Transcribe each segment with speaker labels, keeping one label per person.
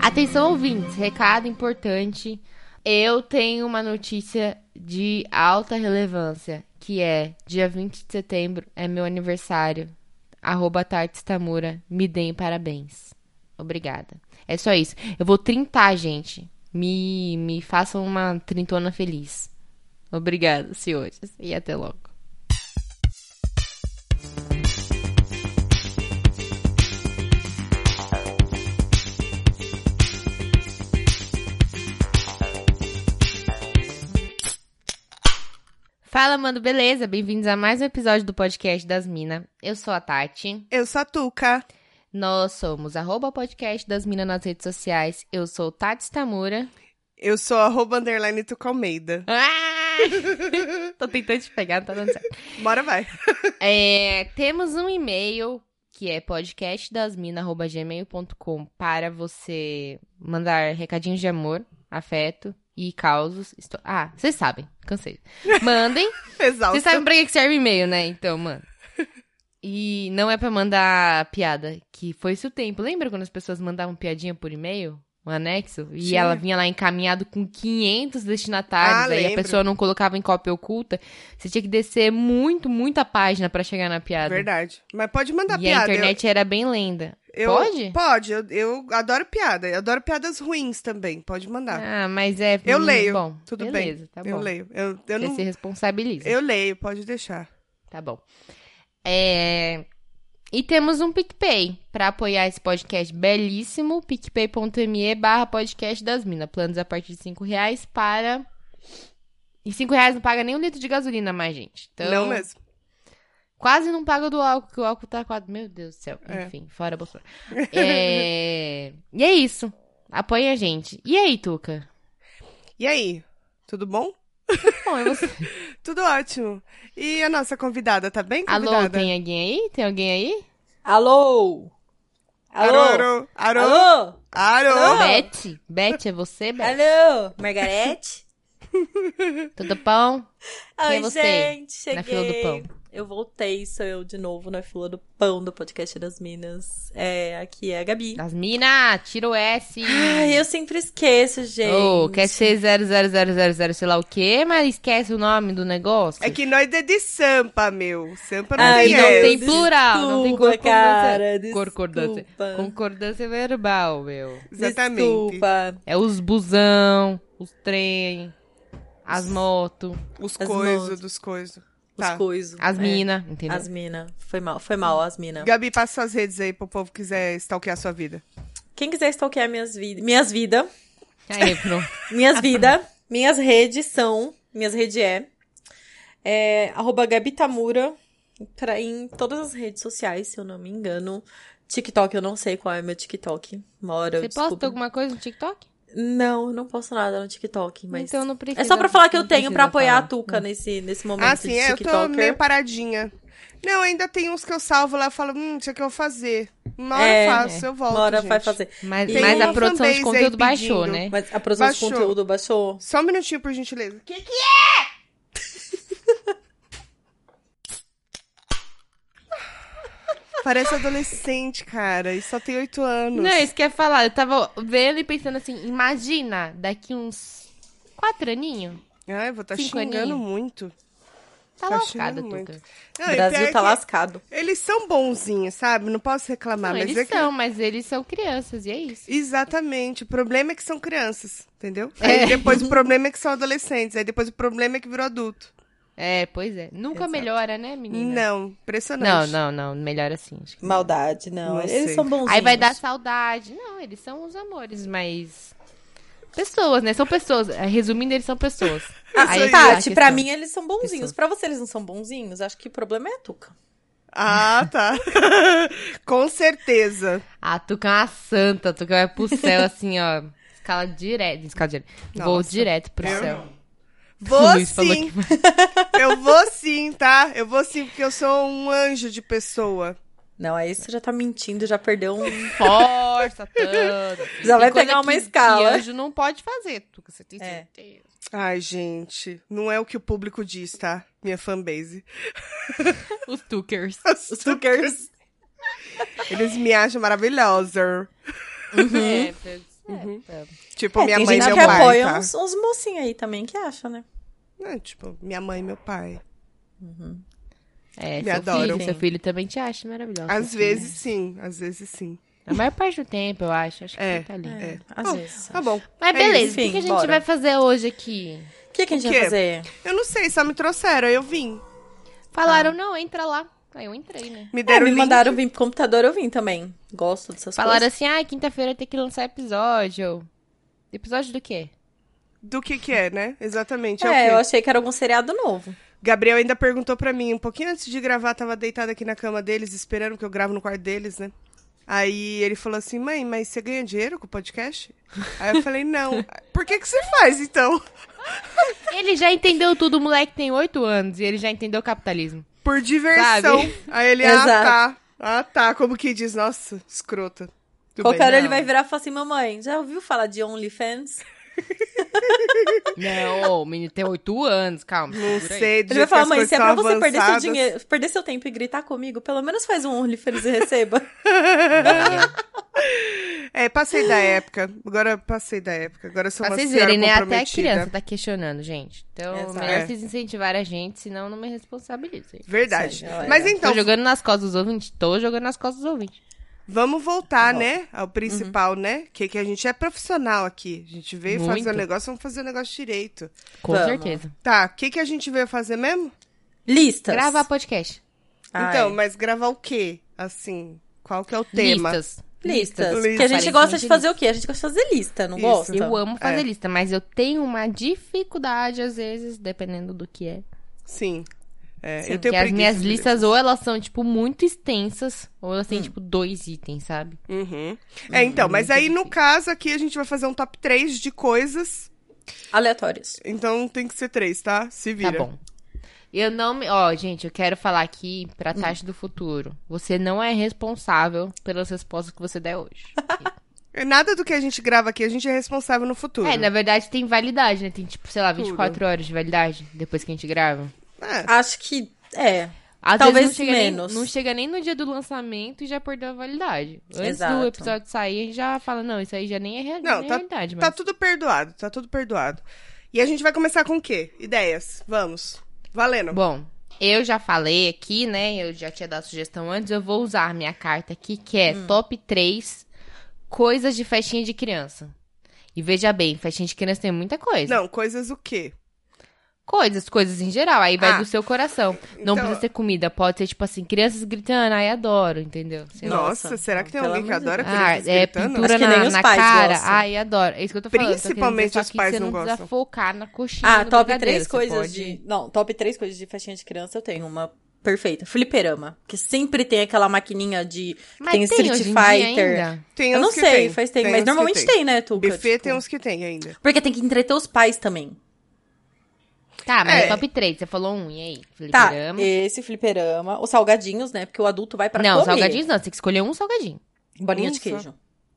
Speaker 1: Atenção, ouvintes, recado importante. Eu tenho uma notícia de alta relevância, que é dia 20 de setembro é meu aniversário. Arroba Tartes Tamura, me deem parabéns. Obrigada. É só isso. Eu vou trintar, gente. Me, me façam uma trintona feliz. Obrigada, senhores. E até logo. Fala, mano, beleza? Bem-vindos a mais um episódio do podcast das Minas. Eu sou a Tati.
Speaker 2: Eu sou a Tuca.
Speaker 1: Nós somos arroba podcast das Minas nas redes sociais. Eu sou Tati Tamura.
Speaker 2: Eu sou arroba underline Tuca Almeida.
Speaker 1: Ah! Tô tentando te pegar, não tá dando certo.
Speaker 2: Bora vai.
Speaker 1: É, temos um e-mail que é podcastdasmina.gmail.com para você mandar recadinhos de amor, afeto e causos. Estou- Ah, vocês sabem, cansei. Mandem.
Speaker 2: Exausta.
Speaker 1: Vocês sabem pra que que serve e-mail, né? Então, mano. E não é pra mandar piada, que foi isso o tempo. Lembra quando as pessoas mandavam piadinha por e-mail? Um anexo? E
Speaker 2: Tinha.
Speaker 1: ela vinha lá encaminhado com 500 destinatários.
Speaker 2: Ah,
Speaker 1: aí a
Speaker 2: lembro.
Speaker 1: pessoa não colocava em cópia oculta. Você tinha que descer muito, muita página pra chegar na piada.
Speaker 2: Verdade. Mas pode mandar
Speaker 1: E
Speaker 2: piada.
Speaker 1: a internet era bem lenda.
Speaker 2: Eu- eu-
Speaker 1: Pode?
Speaker 2: Pode. Eu, eu adoro piada. Eu adoro piadas ruins também. Pode mandar.
Speaker 1: Ah, mas é.
Speaker 2: Tá. Eu
Speaker 1: hum,
Speaker 2: leio.
Speaker 1: Bom,
Speaker 2: Tudo bem.
Speaker 1: beleza, tá bom.
Speaker 2: eu leio. Eu, eu
Speaker 1: Você
Speaker 2: não.
Speaker 1: se responsabiliza.
Speaker 2: Eu leio, pode deixar.
Speaker 1: Tá bom. É, E temos um PicPay para apoiar esse podcast belíssimo, picpay.me barra podcast das minas. Planos a partir de 5 reais para... E 5 reais não paga nem um litro de gasolina mais, gente. Então,
Speaker 2: Não mesmo.
Speaker 1: Quase não paga do álcool, que o álcool tá quase... Meu Deus do céu.
Speaker 2: É.
Speaker 1: Enfim, fora Bolsonaro. É, E é isso. Apoia a gente. E aí, Tuca?
Speaker 2: E aí? Tudo bom?
Speaker 1: Bom, eu vou-
Speaker 2: Tudo ótimo. E a nossa convidada, tá bem, convidada?
Speaker 1: Alô, é? tem alguém aí? Tem alguém aí?
Speaker 3: Alô?
Speaker 2: Arô,
Speaker 3: Alô?
Speaker 2: arô, arô,
Speaker 3: Alô?
Speaker 2: arô.
Speaker 3: Alô?
Speaker 1: Beth? Beth, é você, Beth?
Speaker 3: Alô? Margarete?
Speaker 1: Tudo bom? Quem é
Speaker 3: Oi,
Speaker 1: você?
Speaker 3: gente, cheguei.
Speaker 1: Na fila do pão.
Speaker 3: Eu voltei, sou eu de novo na fila do pão do podcast das Minas. É, aqui é a Gabi.
Speaker 1: Das mina, tira o S.
Speaker 3: Ai, eu sempre esqueço, gente.
Speaker 1: Ô, quer ser 00000 sei lá o quê, mas esquece o nome do negócio.
Speaker 2: É que nós é de Sampa, meu. Sampa não
Speaker 3: Ai,
Speaker 2: tem
Speaker 1: não
Speaker 2: essa.
Speaker 1: tem plural, não tem
Speaker 3: Desculpa,
Speaker 1: concordância.
Speaker 3: cara, desculpa.
Speaker 1: Concordância. Concordância verbal, meu.
Speaker 2: Exatamente.
Speaker 3: Desculpa.
Speaker 1: É os busão, os trem, as moto,
Speaker 2: Os
Speaker 3: As
Speaker 2: coisos
Speaker 3: mãos.
Speaker 2: dos coisos.
Speaker 3: Os
Speaker 2: Tá.
Speaker 3: coisos.
Speaker 1: as
Speaker 3: É,
Speaker 1: mina, entendeu?
Speaker 3: As mina. Foi mal, foi mal, as mina.
Speaker 2: Gabi, passa suas redes aí pro povo que quiser stalkear sua vida.
Speaker 3: Quem quiser stalkear minhas vidas... Minhas vidas...
Speaker 1: Aí, pronto.
Speaker 3: Minhas vida, minhas redes são, minhas redes é, é arroba Gabi Tamura pra, em todas as redes sociais, se eu não me engano. TikTok, eu não sei qual é meu TikTok. Uma hora eu
Speaker 1: Você
Speaker 3: descubro.
Speaker 1: posta alguma coisa no TikTok?
Speaker 3: Não, eu não posto nada no TikTok, mas...
Speaker 1: Então não precisa.
Speaker 3: é só pra falar que eu
Speaker 1: não
Speaker 3: tenho
Speaker 1: precisa
Speaker 3: pra apoiar
Speaker 1: falar.
Speaker 3: a Tuca nesse, nesse Um momento
Speaker 2: Ah, sim,
Speaker 3: de
Speaker 2: é, eu tô
Speaker 3: TikToker.
Speaker 2: meio paradinha. Não, ainda tem uns que eu salvo lá e falo, hum, isso aqui eu vou fazer. Uma hora
Speaker 3: É,
Speaker 2: eu faço, eu volto.
Speaker 3: Uma hora
Speaker 2: gente.
Speaker 3: vai fazer.
Speaker 1: Mas,
Speaker 3: Tem
Speaker 1: mas a
Speaker 2: uma
Speaker 1: produção de
Speaker 2: fanbase aí
Speaker 1: conteúdo baixou,
Speaker 2: pedindo.
Speaker 1: né?
Speaker 3: Mas a produção
Speaker 2: Baixou.
Speaker 3: de conteúdo baixou.
Speaker 2: Só um minutinho, por gentileza. Que que é? Parece adolescente, cara, e só tem oito anos.
Speaker 3: Né?
Speaker 1: Não, isso que eu ia falar. Eu tava vendo e pensando assim, imagina, daqui uns quatro aninhos.
Speaker 2: Ai, vou estar tá
Speaker 1: Cinco
Speaker 2: xingando
Speaker 1: aninhos.
Speaker 2: muito.
Speaker 1: Tá,
Speaker 2: Tá
Speaker 1: lascada,
Speaker 2: cheirando muito.
Speaker 1: Tuca.
Speaker 2: Não,
Speaker 3: o
Speaker 2: e pior
Speaker 3: Brasil
Speaker 2: é
Speaker 3: tá
Speaker 2: que
Speaker 3: lascado.
Speaker 2: Eles são bonzinhos, sabe? Não posso reclamar,
Speaker 1: não,
Speaker 2: mas
Speaker 1: eles
Speaker 2: é que...
Speaker 1: são, mas eles são crianças, e é isso.
Speaker 2: Exatamente. O problema é que são crianças, entendeu?
Speaker 1: É.
Speaker 2: Aí depois o problema é que são adolescentes. Aí depois o problema é que virou adulto.
Speaker 1: É, pois é. Nunca
Speaker 3: Exato.
Speaker 1: melhora, né, menina?
Speaker 2: Não,
Speaker 1: Não,
Speaker 2: impressionante.
Speaker 1: não, não. Melhora sim. acho que-
Speaker 3: Maldade, não.
Speaker 2: Não
Speaker 3: Eles
Speaker 2: sei.
Speaker 3: são bonzinhos.
Speaker 1: Aí vai dar saudade. Não, eles são os amores, mas. Pessoas, né? São pessoas. É, Resumindo, eles são pessoas. Aí é que tá a
Speaker 3: Tati, tipo, pra
Speaker 1: questão.
Speaker 3: mim eles são bonzinhos.
Speaker 1: Pessoas.
Speaker 3: Pra você eles não são bonzinhos? Acho que o problema é a Tuca.
Speaker 2: Ah, tá. Com certeza.
Speaker 1: A Tuca é uma santa. A Tuca vai pro céu, assim, ó. Escala direto. Escala direto. Vou
Speaker 2: Nossa.
Speaker 1: direto pro
Speaker 2: Eu
Speaker 1: céu.
Speaker 2: Vou
Speaker 1: Luiz falou
Speaker 2: sim. Eu vou sim, tá? Eu vou sim, porque eu sou um anjo de pessoa.
Speaker 3: Não, aí você já tá mentindo, já perdeu um.
Speaker 1: Força, tanto.
Speaker 3: Já vai
Speaker 1: Tem coisa
Speaker 3: pegar uma
Speaker 1: que- Que
Speaker 3: escala.
Speaker 1: anjo não pode fazer, Tuca. Você tem
Speaker 3: É.
Speaker 1: certeza.
Speaker 2: Ai, gente, não é o que o público diz, tá? Minha fanbase.
Speaker 1: Os Tukers.
Speaker 3: Os Tuckers.
Speaker 2: Eles me acham maravilhosa.
Speaker 1: É,
Speaker 2: Uhum.
Speaker 1: É,
Speaker 2: Tipo, minha
Speaker 3: tem
Speaker 2: mãe e
Speaker 3: gente
Speaker 2: meu
Speaker 3: que
Speaker 2: pai.
Speaker 3: apoia
Speaker 2: tá?
Speaker 3: uns, uns mocinhos aí também que acha, né?
Speaker 2: Não, tipo, minha mãe e meu pai.
Speaker 1: É,
Speaker 2: Me
Speaker 1: seu
Speaker 2: adoram.
Speaker 1: filho, seu filho também te acha maravilhosa.
Speaker 2: Às
Speaker 1: filha.
Speaker 2: vezes sim, às vezes sim.
Speaker 1: A né? maior parte do tempo, eu acho. Acho que
Speaker 2: É,
Speaker 1: ele tá ali.
Speaker 2: É.
Speaker 3: Às
Speaker 2: Bom,
Speaker 3: vezes.
Speaker 2: Tá bom.
Speaker 1: Mas
Speaker 2: É
Speaker 1: beleza,
Speaker 3: isso.
Speaker 1: o que, que a gente
Speaker 3: Bora.
Speaker 1: vai fazer hoje aqui?
Speaker 3: O que, que a
Speaker 2: O
Speaker 3: gente
Speaker 2: quê?
Speaker 3: vai fazer?
Speaker 2: Eu não sei, só me trouxeram, aí eu vim.
Speaker 1: Falaram, não, entra lá. Aí eu entrei, né?
Speaker 2: Me
Speaker 3: É,
Speaker 2: deram
Speaker 3: me
Speaker 2: link.
Speaker 3: mandaram vir pro computador, eu vim também. Gosto dessas
Speaker 1: Falaram
Speaker 3: coisas.
Speaker 1: assim, ah, quinta-feira tem que lançar episódio. Episódio do quê?
Speaker 2: do que que é, né? Exatamente. É, o
Speaker 3: É,
Speaker 2: quê?
Speaker 3: eu achei que era algum seriado novo.
Speaker 2: Gabriel ainda perguntou pra mim, um pouquinho antes de gravar, tava deitado aqui na cama deles, esperando que eu gravo no quarto deles, né? Aí ele falou assim, mãe, mas você ganha dinheiro com o podcast? Aí eu falei, não. Por que que você faz, então?
Speaker 1: Ele já entendeu tudo, o moleque tem oito anos e ele já entendeu o capitalismo.
Speaker 2: Por diversão. Aí ele, ah,
Speaker 3: Exato.
Speaker 2: tá. Ah, tá. Como que diz? Nossa, escrota. Tudo
Speaker 3: Qualquer
Speaker 2: bem.
Speaker 3: hora ele
Speaker 2: Não.
Speaker 3: vai virar e falar assim, mamãe, já ouviu falar de OnlyFans?
Speaker 1: Não, ô, o menino tem oito anos, calma.
Speaker 2: Não
Speaker 1: segura aí.
Speaker 2: sei, do jeito
Speaker 3: Ele vai
Speaker 2: que
Speaker 3: falar,
Speaker 2: as
Speaker 3: mãe,
Speaker 2: coisas
Speaker 3: se é pra
Speaker 2: são
Speaker 3: você perder seu,
Speaker 2: avançadas."
Speaker 3: dinheiro, perder seu tempo e gritar comigo, pelo menos faz um OnlyFans e receba.
Speaker 2: É, passei da época. Agora passei da época. Agora eu sou
Speaker 1: Pra
Speaker 2: uma
Speaker 1: vocês
Speaker 2: senhora
Speaker 1: verem, né? Até a
Speaker 2: comprometida.
Speaker 1: criança tá questionando, gente. Então,
Speaker 3: Exato.
Speaker 1: melhor
Speaker 2: É.
Speaker 1: vocês incentivarem a gente, senão eu não me responsabilizo. hein?
Speaker 2: Verdade.
Speaker 3: Isso aí, galera.
Speaker 2: Mas então,
Speaker 1: Tô jogando nas costas dos ouvintes? Tô jogando nas costas dos ouvintes.
Speaker 2: vamos voltar,
Speaker 1: Tá
Speaker 2: né? Ao principal, né? Que, que a gente é profissional aqui. A gente veio
Speaker 1: Uhum. Muito.
Speaker 2: fazer um negócio, vamos fazer o negócio direito.
Speaker 1: Com
Speaker 3: Vamos.
Speaker 1: certeza.
Speaker 2: Tá, o que, que a gente veio fazer mesmo?
Speaker 3: Listas.
Speaker 1: Gravar podcast.
Speaker 3: Ai.
Speaker 2: Então, mas gravar o quê? Assim, qual que é o tema?
Speaker 1: Listas.
Speaker 3: Listas.
Speaker 2: Listas.
Speaker 3: Porque a gente
Speaker 1: Aparentemente
Speaker 3: gosta de fazer
Speaker 1: listas.
Speaker 3: o quê? A gente gosta de fazer lista, não
Speaker 2: Isso.
Speaker 3: gosta?
Speaker 1: Eu amo fazer
Speaker 2: É.
Speaker 1: lista, mas eu tenho uma dificuldade, às vezes, dependendo do que é.
Speaker 2: Sim. É,
Speaker 3: Sim,
Speaker 2: eu tenho
Speaker 1: Porque as
Speaker 2: preguiça
Speaker 1: minhas
Speaker 2: de
Speaker 1: listas, ou elas são, tipo, muito extensas, ou elas
Speaker 2: Hum.
Speaker 1: têm, tipo, dois itens, sabe?
Speaker 2: Uhum. É, então, mas aí no caso aqui a gente vai fazer um top 3 de coisas.
Speaker 3: Aleatórios.
Speaker 2: Então tem que ser três, tá? Se vira.
Speaker 1: Tá bom. Eu não me. Ó, gente, eu quero falar aqui
Speaker 2: Hum.
Speaker 1: pra Tati do futuro. Você não é responsável pelas respostas que você der hoje.
Speaker 2: É Nada do que a gente grava aqui a gente é responsável no futuro.
Speaker 3: né?
Speaker 1: é, na verdade tem validade, né? Tem, tipo, sei lá, 24 horas de validade depois que a gente grava.
Speaker 2: É,
Speaker 3: Acho que, é.
Speaker 1: Às
Speaker 3: Talvez
Speaker 1: vezes não chega,
Speaker 3: menos.
Speaker 1: Nem, não chega nem no dia do lançamento e já perdeu a validade. Antes do
Speaker 3: Exato.
Speaker 1: episódio sair, a gente já fala, não, isso aí já nem é, rea-
Speaker 2: Não,
Speaker 1: nem é realidade. Mas...
Speaker 2: Tá tudo perdoado, tá tudo perdoado. E a gente vai começar com o quê? Ideias. Vamos. Valendo.
Speaker 1: Bom, eu já falei aqui, né? Eu já tinha dado sugestão antes. Eu vou usar a minha carta aqui, que é
Speaker 3: Hum.
Speaker 1: top 3 coisas de festinha de criança. E veja bem, festinha de criança tem muita coisa.
Speaker 2: Não, coisas o quê?
Speaker 1: Coisas, coisas em geral. Aí vai
Speaker 2: Ah,
Speaker 1: do seu coração. Não
Speaker 2: então-
Speaker 1: precisa ser comida, pode ser tipo assim, crianças gritando, ai, adoro, entendeu? Sei lá.
Speaker 2: Nossa,
Speaker 3: Nossa,
Speaker 2: será que tem
Speaker 3: pelo
Speaker 2: alguém que
Speaker 3: amor de
Speaker 2: adora
Speaker 1: Ah,
Speaker 2: crianças
Speaker 1: é
Speaker 2: gritando?
Speaker 1: pintura
Speaker 3: Acho que
Speaker 1: na,
Speaker 3: nem os
Speaker 1: na
Speaker 3: pais
Speaker 1: cara.
Speaker 3: gostam.
Speaker 1: Ai, adoro. É isso que eu tô falando. só querendo dizer
Speaker 2: Principalmente
Speaker 1: só
Speaker 2: os
Speaker 1: que
Speaker 2: pais
Speaker 1: você
Speaker 2: não
Speaker 1: não precisa
Speaker 2: gostam.
Speaker 1: focar na coxinha.
Speaker 3: Ah,
Speaker 1: no
Speaker 3: top
Speaker 1: brigadeiro,
Speaker 3: três
Speaker 1: você
Speaker 3: coisas
Speaker 1: pode-
Speaker 3: de. Não, top três coisas de festinha de criança eu tenho. Uma perfeita. Fliperama. Que sempre tem aquela maquininha de.
Speaker 1: Mas
Speaker 3: tem Street
Speaker 1: hoje em dia
Speaker 3: Fighter.
Speaker 1: ainda?
Speaker 2: Tem
Speaker 3: eu
Speaker 2: uns
Speaker 3: não
Speaker 2: que
Speaker 3: sei,
Speaker 2: tem.
Speaker 3: faz tempo.
Speaker 2: Tem
Speaker 3: mas
Speaker 2: uns que
Speaker 3: normalmente tem. né, Tuca?
Speaker 2: Buffet
Speaker 3: Tipo,
Speaker 2: tem um- uns que tem ainda.
Speaker 3: Porque tem que entreter os pais também.
Speaker 1: Tá, mas
Speaker 2: É.
Speaker 1: top 3. Você falou um, e aí?
Speaker 3: Tá,
Speaker 1: Fliperama.
Speaker 3: esse fliperama. Os salgadinhos, né? Porque o adulto vai pra
Speaker 1: não,
Speaker 3: comer.
Speaker 1: salgadinhos não. Você tem que escolher um salgadinho.
Speaker 3: Bolinha de
Speaker 2: Ufa.
Speaker 3: queijo.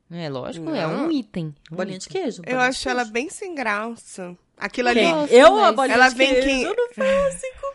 Speaker 1: É lógico, é
Speaker 2: Não.
Speaker 1: um item. Um
Speaker 3: Bolinha de
Speaker 1: item.
Speaker 3: queijo.
Speaker 2: Eu
Speaker 3: bolinha de
Speaker 2: acho ela bem sem graça. Aquilo ali,
Speaker 3: queijo.
Speaker 1: Nossa,
Speaker 3: Quem? Eu,
Speaker 1: mas-
Speaker 3: a bolinha
Speaker 2: Ela
Speaker 3: de
Speaker 2: vem
Speaker 3: queijo.
Speaker 2: quem-
Speaker 3: Eu não faço comigo.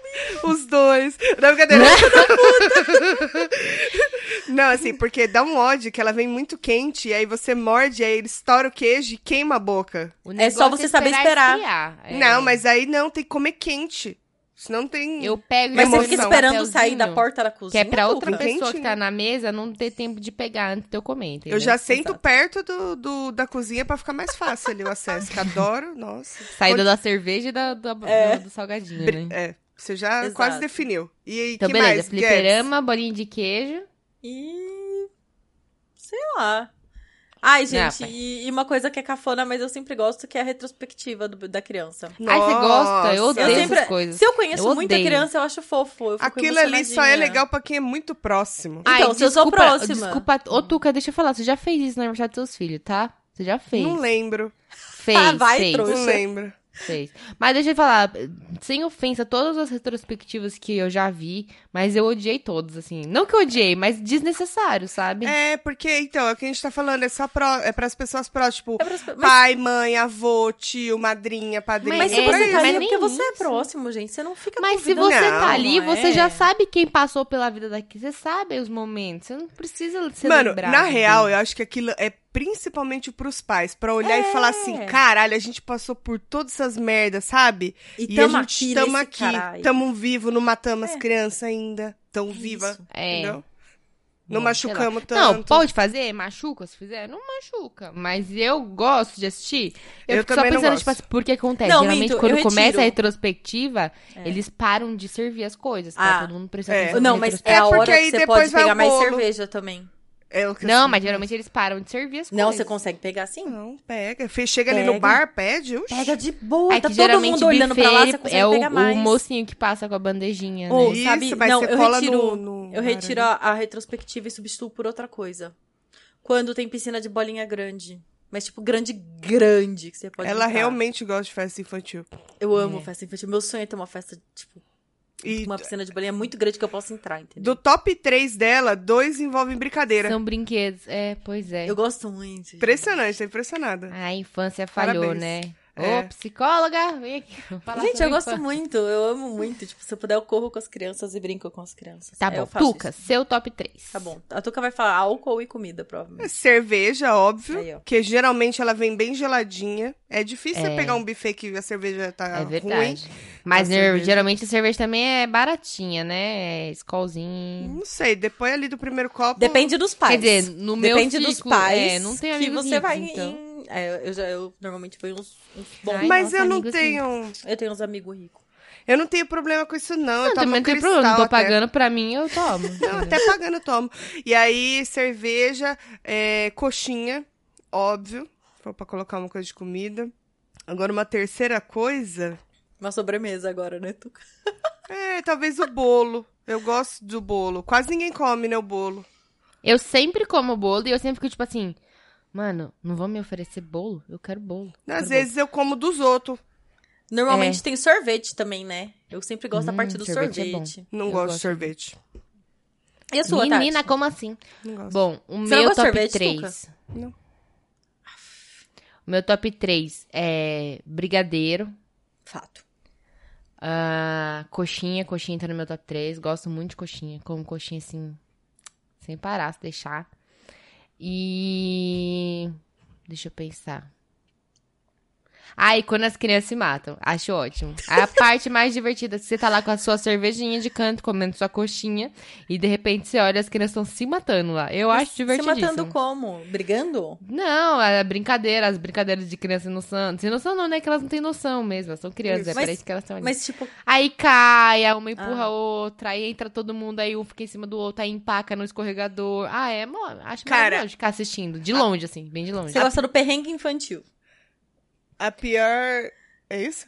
Speaker 2: os dois. Não,
Speaker 3: Né?
Speaker 2: brincadeira. Não, assim, porque dá um ódio que ela vem muito quente, e aí você morde, e aí ele estoura o queijo e queima a boca.
Speaker 1: O
Speaker 3: É só
Speaker 1: negócio
Speaker 3: você saber
Speaker 1: esfriar, é.
Speaker 2: Não, mas aí não, tem que comer quente. Senão tem...
Speaker 1: Eu pego
Speaker 2: Mas
Speaker 1: e
Speaker 3: Mas
Speaker 1: jogo
Speaker 2: emoção.
Speaker 3: você fica
Speaker 1: um
Speaker 3: esperando sair da
Speaker 1: papelzinho,
Speaker 3: porta da cozinha.
Speaker 1: Que é pra outra
Speaker 3: Tuca?
Speaker 2: Quentinho.
Speaker 1: pessoa que
Speaker 3: né?
Speaker 1: tá na mesa não ter tempo de pegar antes de eu comer, entendeu?
Speaker 2: Eu já sento
Speaker 3: Exato.
Speaker 2: perto do, do- da cozinha pra ficar mais fácil ali o acesso. Que adoro, nossa.
Speaker 1: Saída da cerveja e da, da-
Speaker 3: É.
Speaker 1: do, do salgadinho, né?
Speaker 2: Bri- É, você já
Speaker 3: Exato.
Speaker 2: quase definiu. E aí,
Speaker 1: Então,
Speaker 2: que
Speaker 1: beleza.
Speaker 2: mais? Guedes?
Speaker 1: Fliperama, bolinha de queijo.
Speaker 3: E. Sei lá. Ai,
Speaker 1: Ah,
Speaker 3: gente,
Speaker 1: pai.
Speaker 3: e, e uma coisa que é cafona, mas eu sempre gosto, que é a retrospectiva do- da criança.
Speaker 1: Ai, você gosta? Eu
Speaker 2: Nossa.
Speaker 1: odeio
Speaker 3: Eu
Speaker 1: essas
Speaker 3: sempre-
Speaker 1: coisas.
Speaker 3: Se eu conheço
Speaker 1: Eu
Speaker 3: muita
Speaker 1: odeio.
Speaker 3: criança, eu acho fofo. Eu fico
Speaker 2: Aquilo ali só é
Speaker 3: emocionadinha.
Speaker 2: legal pra quem é muito próximo.
Speaker 3: Então, se eu sou
Speaker 1: desculpa-
Speaker 3: próxima.
Speaker 1: Desculpa, ô Tuca, deixa eu falar. Você já fez isso no aniversário dos seus filhos, tá? Você já fez.
Speaker 2: Não lembro,
Speaker 1: Fez,
Speaker 3: Ah, vai,
Speaker 1: fez,
Speaker 3: trouxa.
Speaker 2: não
Speaker 3: Poxa.
Speaker 2: lembro.
Speaker 1: fez. Mas deixa eu falar, sem ofensa, todas as retrospectivas que eu já vi, mas eu odiei todas, assim. Não que eu odiei, mas desnecessário, sabe?
Speaker 2: É, porque, então, é o que a gente tá falando, é só pró, é pras pessoas próximas, tipo,
Speaker 3: É pras- mas-
Speaker 2: pai, mãe, avô, tio, madrinha, padrinho.
Speaker 3: Mas se
Speaker 1: É,
Speaker 3: você
Speaker 1: mas
Speaker 3: tá ali, é
Speaker 1: nem
Speaker 3: porque você é
Speaker 1: isso.
Speaker 3: próximo, gente. Você não fica
Speaker 1: Mas se
Speaker 3: convidando
Speaker 1: você
Speaker 2: não,
Speaker 1: tá ali,
Speaker 3: não
Speaker 1: você
Speaker 3: é.
Speaker 1: já sabe quem passou pela vida daqui. Você sabe os momentos. Você não precisa ser
Speaker 2: Mano,
Speaker 1: lembrado.
Speaker 2: na real, eu acho que aquilo é principalmente pros pais, pra olhar e falar
Speaker 3: É.
Speaker 2: assim: caralho, a gente passou por todas essas merdas, sabe?
Speaker 3: E
Speaker 2: E, a
Speaker 3: tamo
Speaker 2: gente
Speaker 3: aqui
Speaker 2: tamo
Speaker 3: nesse
Speaker 2: aqui,
Speaker 3: caralho. É.
Speaker 2: tamo vivo, não matamos as crianças ainda, tão
Speaker 3: Isso. É,
Speaker 2: viva,
Speaker 1: É.
Speaker 2: entendeu? Não
Speaker 1: Hum,
Speaker 2: machucamos
Speaker 1: sei lá.
Speaker 2: tanto.
Speaker 1: Não, pode fazer, machuca se fizer, não machuca. Mas eu gosto de assistir. Eu,
Speaker 2: Eu
Speaker 1: fico só
Speaker 2: também não
Speaker 1: pensando,
Speaker 2: gosto.
Speaker 1: tipo assim, porque acontece.
Speaker 3: Não,
Speaker 1: Geralmente,
Speaker 3: minto,
Speaker 1: quando
Speaker 3: eu
Speaker 1: começa
Speaker 3: retiro.
Speaker 1: a retrospectiva, eles param de servir as coisas. Pra
Speaker 3: Ah,
Speaker 1: todo mundo prestar
Speaker 2: é.
Speaker 1: atenção na
Speaker 3: Não, mas é,
Speaker 1: retrospectiva.
Speaker 3: a
Speaker 2: porque
Speaker 3: hora
Speaker 2: aí
Speaker 3: que você
Speaker 2: depois
Speaker 3: pode
Speaker 2: vai o
Speaker 3: pegar mais
Speaker 2: bolo.
Speaker 3: cerveja também.
Speaker 2: É o que eu
Speaker 1: Não,
Speaker 2: sinto.
Speaker 1: mas geralmente eles param de servir as
Speaker 3: Não,
Speaker 1: coisas.
Speaker 3: você consegue pegar assim? sim.
Speaker 2: Não, pega. Fe- Chega ali no
Speaker 3: Pega.
Speaker 2: bar, pede. Uxi.
Speaker 3: Pega de boa,
Speaker 1: É
Speaker 3: tá
Speaker 1: que
Speaker 3: todo
Speaker 1: geralmente
Speaker 3: mundo olhando pra lá,
Speaker 1: buffet
Speaker 3: você consegue
Speaker 1: é o,
Speaker 3: pegar mais.
Speaker 1: o mocinho que passa com a bandejinha, né?
Speaker 3: Ou,
Speaker 2: Isso,
Speaker 3: sabe?
Speaker 2: mas
Speaker 3: Não,
Speaker 2: você
Speaker 3: eu
Speaker 2: cola no,
Speaker 3: retiro-
Speaker 2: no
Speaker 3: Eu
Speaker 2: bar
Speaker 3: retiro
Speaker 2: ali.
Speaker 3: a, a retrospectiva e substituo por outra coisa. Quando tem piscina de bolinha grande. Mas, tipo, grande, grande, que você pode
Speaker 2: Ela
Speaker 3: entrar.
Speaker 2: realmente gosta de festa infantil.
Speaker 3: Eu amo
Speaker 1: É.
Speaker 3: festa infantil. Meu sonho é ter uma festa, tipo,
Speaker 2: E
Speaker 3: uma piscina de bolinha muito grande que eu possa entrar, entendeu?
Speaker 2: do top 3 dela, dois envolvem brincadeira.
Speaker 1: São brinquedos. É, pois é.
Speaker 3: Eu gosto muito. gente.
Speaker 2: Impressionante, tô impressionada.
Speaker 1: A infância falhou,
Speaker 2: Parabéns.
Speaker 1: né?
Speaker 2: É.
Speaker 1: Ô, psicóloga, vem aqui. falar
Speaker 3: Gente,
Speaker 1: sobre
Speaker 3: eu gosto
Speaker 1: infância.
Speaker 3: muito, eu amo muito. Tipo, se eu puder, eu corro com as crianças e brinco com as crianças.
Speaker 1: Tá
Speaker 3: É, eu
Speaker 1: bom,
Speaker 3: faço
Speaker 1: Tuca,
Speaker 3: isso.
Speaker 1: seu top 3.
Speaker 3: Tá bom. A Tuca vai falar álcool e comida,
Speaker 2: É
Speaker 3: provavelmente.
Speaker 2: Cerveja, óbvio,
Speaker 3: Aí, ó.
Speaker 2: que geralmente ela vem bem geladinha. É difícil você pegar um buffet que a cerveja tá
Speaker 1: É
Speaker 2: ruim.
Speaker 1: verdade. Mas
Speaker 2: Tá
Speaker 1: ger-
Speaker 2: cerveja.
Speaker 1: geralmente a cerveja também é baratinha, né? É Escolzinho.
Speaker 2: Não sei, depois ali do primeiro copo...
Speaker 3: Depende dos pais.
Speaker 1: Quer dizer, no meu
Speaker 3: Depende dos
Speaker 1: círculo,
Speaker 3: pais.
Speaker 1: é, não tem
Speaker 3: que
Speaker 1: amigos
Speaker 3: você
Speaker 1: ricos,
Speaker 3: vai
Speaker 1: então.
Speaker 3: em. É, eu, já, eu normalmente fui uns, uns bons.
Speaker 1: Ai,
Speaker 2: Mas
Speaker 1: nossa, assim,
Speaker 2: eu não
Speaker 1: amigo,
Speaker 2: tenho...
Speaker 3: Eu tenho uns amigos ricos.
Speaker 2: Eu não tenho problema com isso, não.
Speaker 1: Não,
Speaker 2: eu tomo
Speaker 1: também não tem
Speaker 2: cristal
Speaker 1: problema, não tô
Speaker 2: até.
Speaker 1: pagando pra mim, eu tomo.
Speaker 2: Não, até pagando eu tomo. E aí, cerveja, é, coxinha, óbvio. Se for pra colocar uma coisa de comida. Agora, uma terceira coisa...
Speaker 3: Uma sobremesa agora, né, Tuca?
Speaker 2: É, talvez o bolo. Eu gosto do bolo. Quase ninguém come, né, o bolo.
Speaker 1: Eu sempre como bolo e eu sempre fico tipo assim, mano, não vão me oferecer bolo? Eu quero bolo. eu
Speaker 2: Às
Speaker 1: quero
Speaker 2: vezes eu como dos outros.
Speaker 3: Normalmente tem sorvete também, né? Eu sempre gosto da
Speaker 1: Hum,
Speaker 3: parte do
Speaker 1: sorvete é
Speaker 3: sorvete.
Speaker 1: bom.
Speaker 2: Não
Speaker 1: Eu
Speaker 2: gosto,
Speaker 1: gosto.
Speaker 2: de sorvete.
Speaker 3: E a
Speaker 1: bolo.
Speaker 3: É sua,
Speaker 1: Menina,
Speaker 3: Tati?
Speaker 1: como assim?
Speaker 2: Não gosto.
Speaker 1: Bom, o
Speaker 3: Você não
Speaker 1: meu
Speaker 3: gosta de
Speaker 1: top
Speaker 3: sorvete,
Speaker 1: 3.
Speaker 2: Não.
Speaker 1: O meu top 3 é brigadeiro,
Speaker 3: Fato.
Speaker 1: ah, coxinha, coxinha tá no meu top 3. Gosto muito de coxinha, como coxinha assim, sem parar, se deixar. E. Deixa eu pensar. Ah, e quando as crianças se matam. Acho ótimo. A parte mais divertida é que você tá lá com a sua cervejinha de canto, comendo sua coxinha, e de repente você olha as crianças estão se matando lá. Eu acho
Speaker 3: Se
Speaker 1: divertidíssimo.
Speaker 3: matando como? Brigando?
Speaker 1: Não, é brincadeira, as brincadeiras de criança sem noção. Sem noção não, né? Que elas não têm noção mesmo, elas são crianças, é
Speaker 3: Mas-
Speaker 1: para isso que elas estão ali.
Speaker 3: Mas, tipo,
Speaker 1: Aí cai, aí uma empurra
Speaker 3: Ah.
Speaker 1: a outra, aí entra todo mundo, aí um fica em cima do outro, aí empaca no escorregador. Ah, é, mo- acho
Speaker 2: Cara-
Speaker 1: maravilhoso ficar assistindo, de longe, assim, bem de longe.
Speaker 3: você gosta do perrengue infantil.
Speaker 2: A pior. É isso?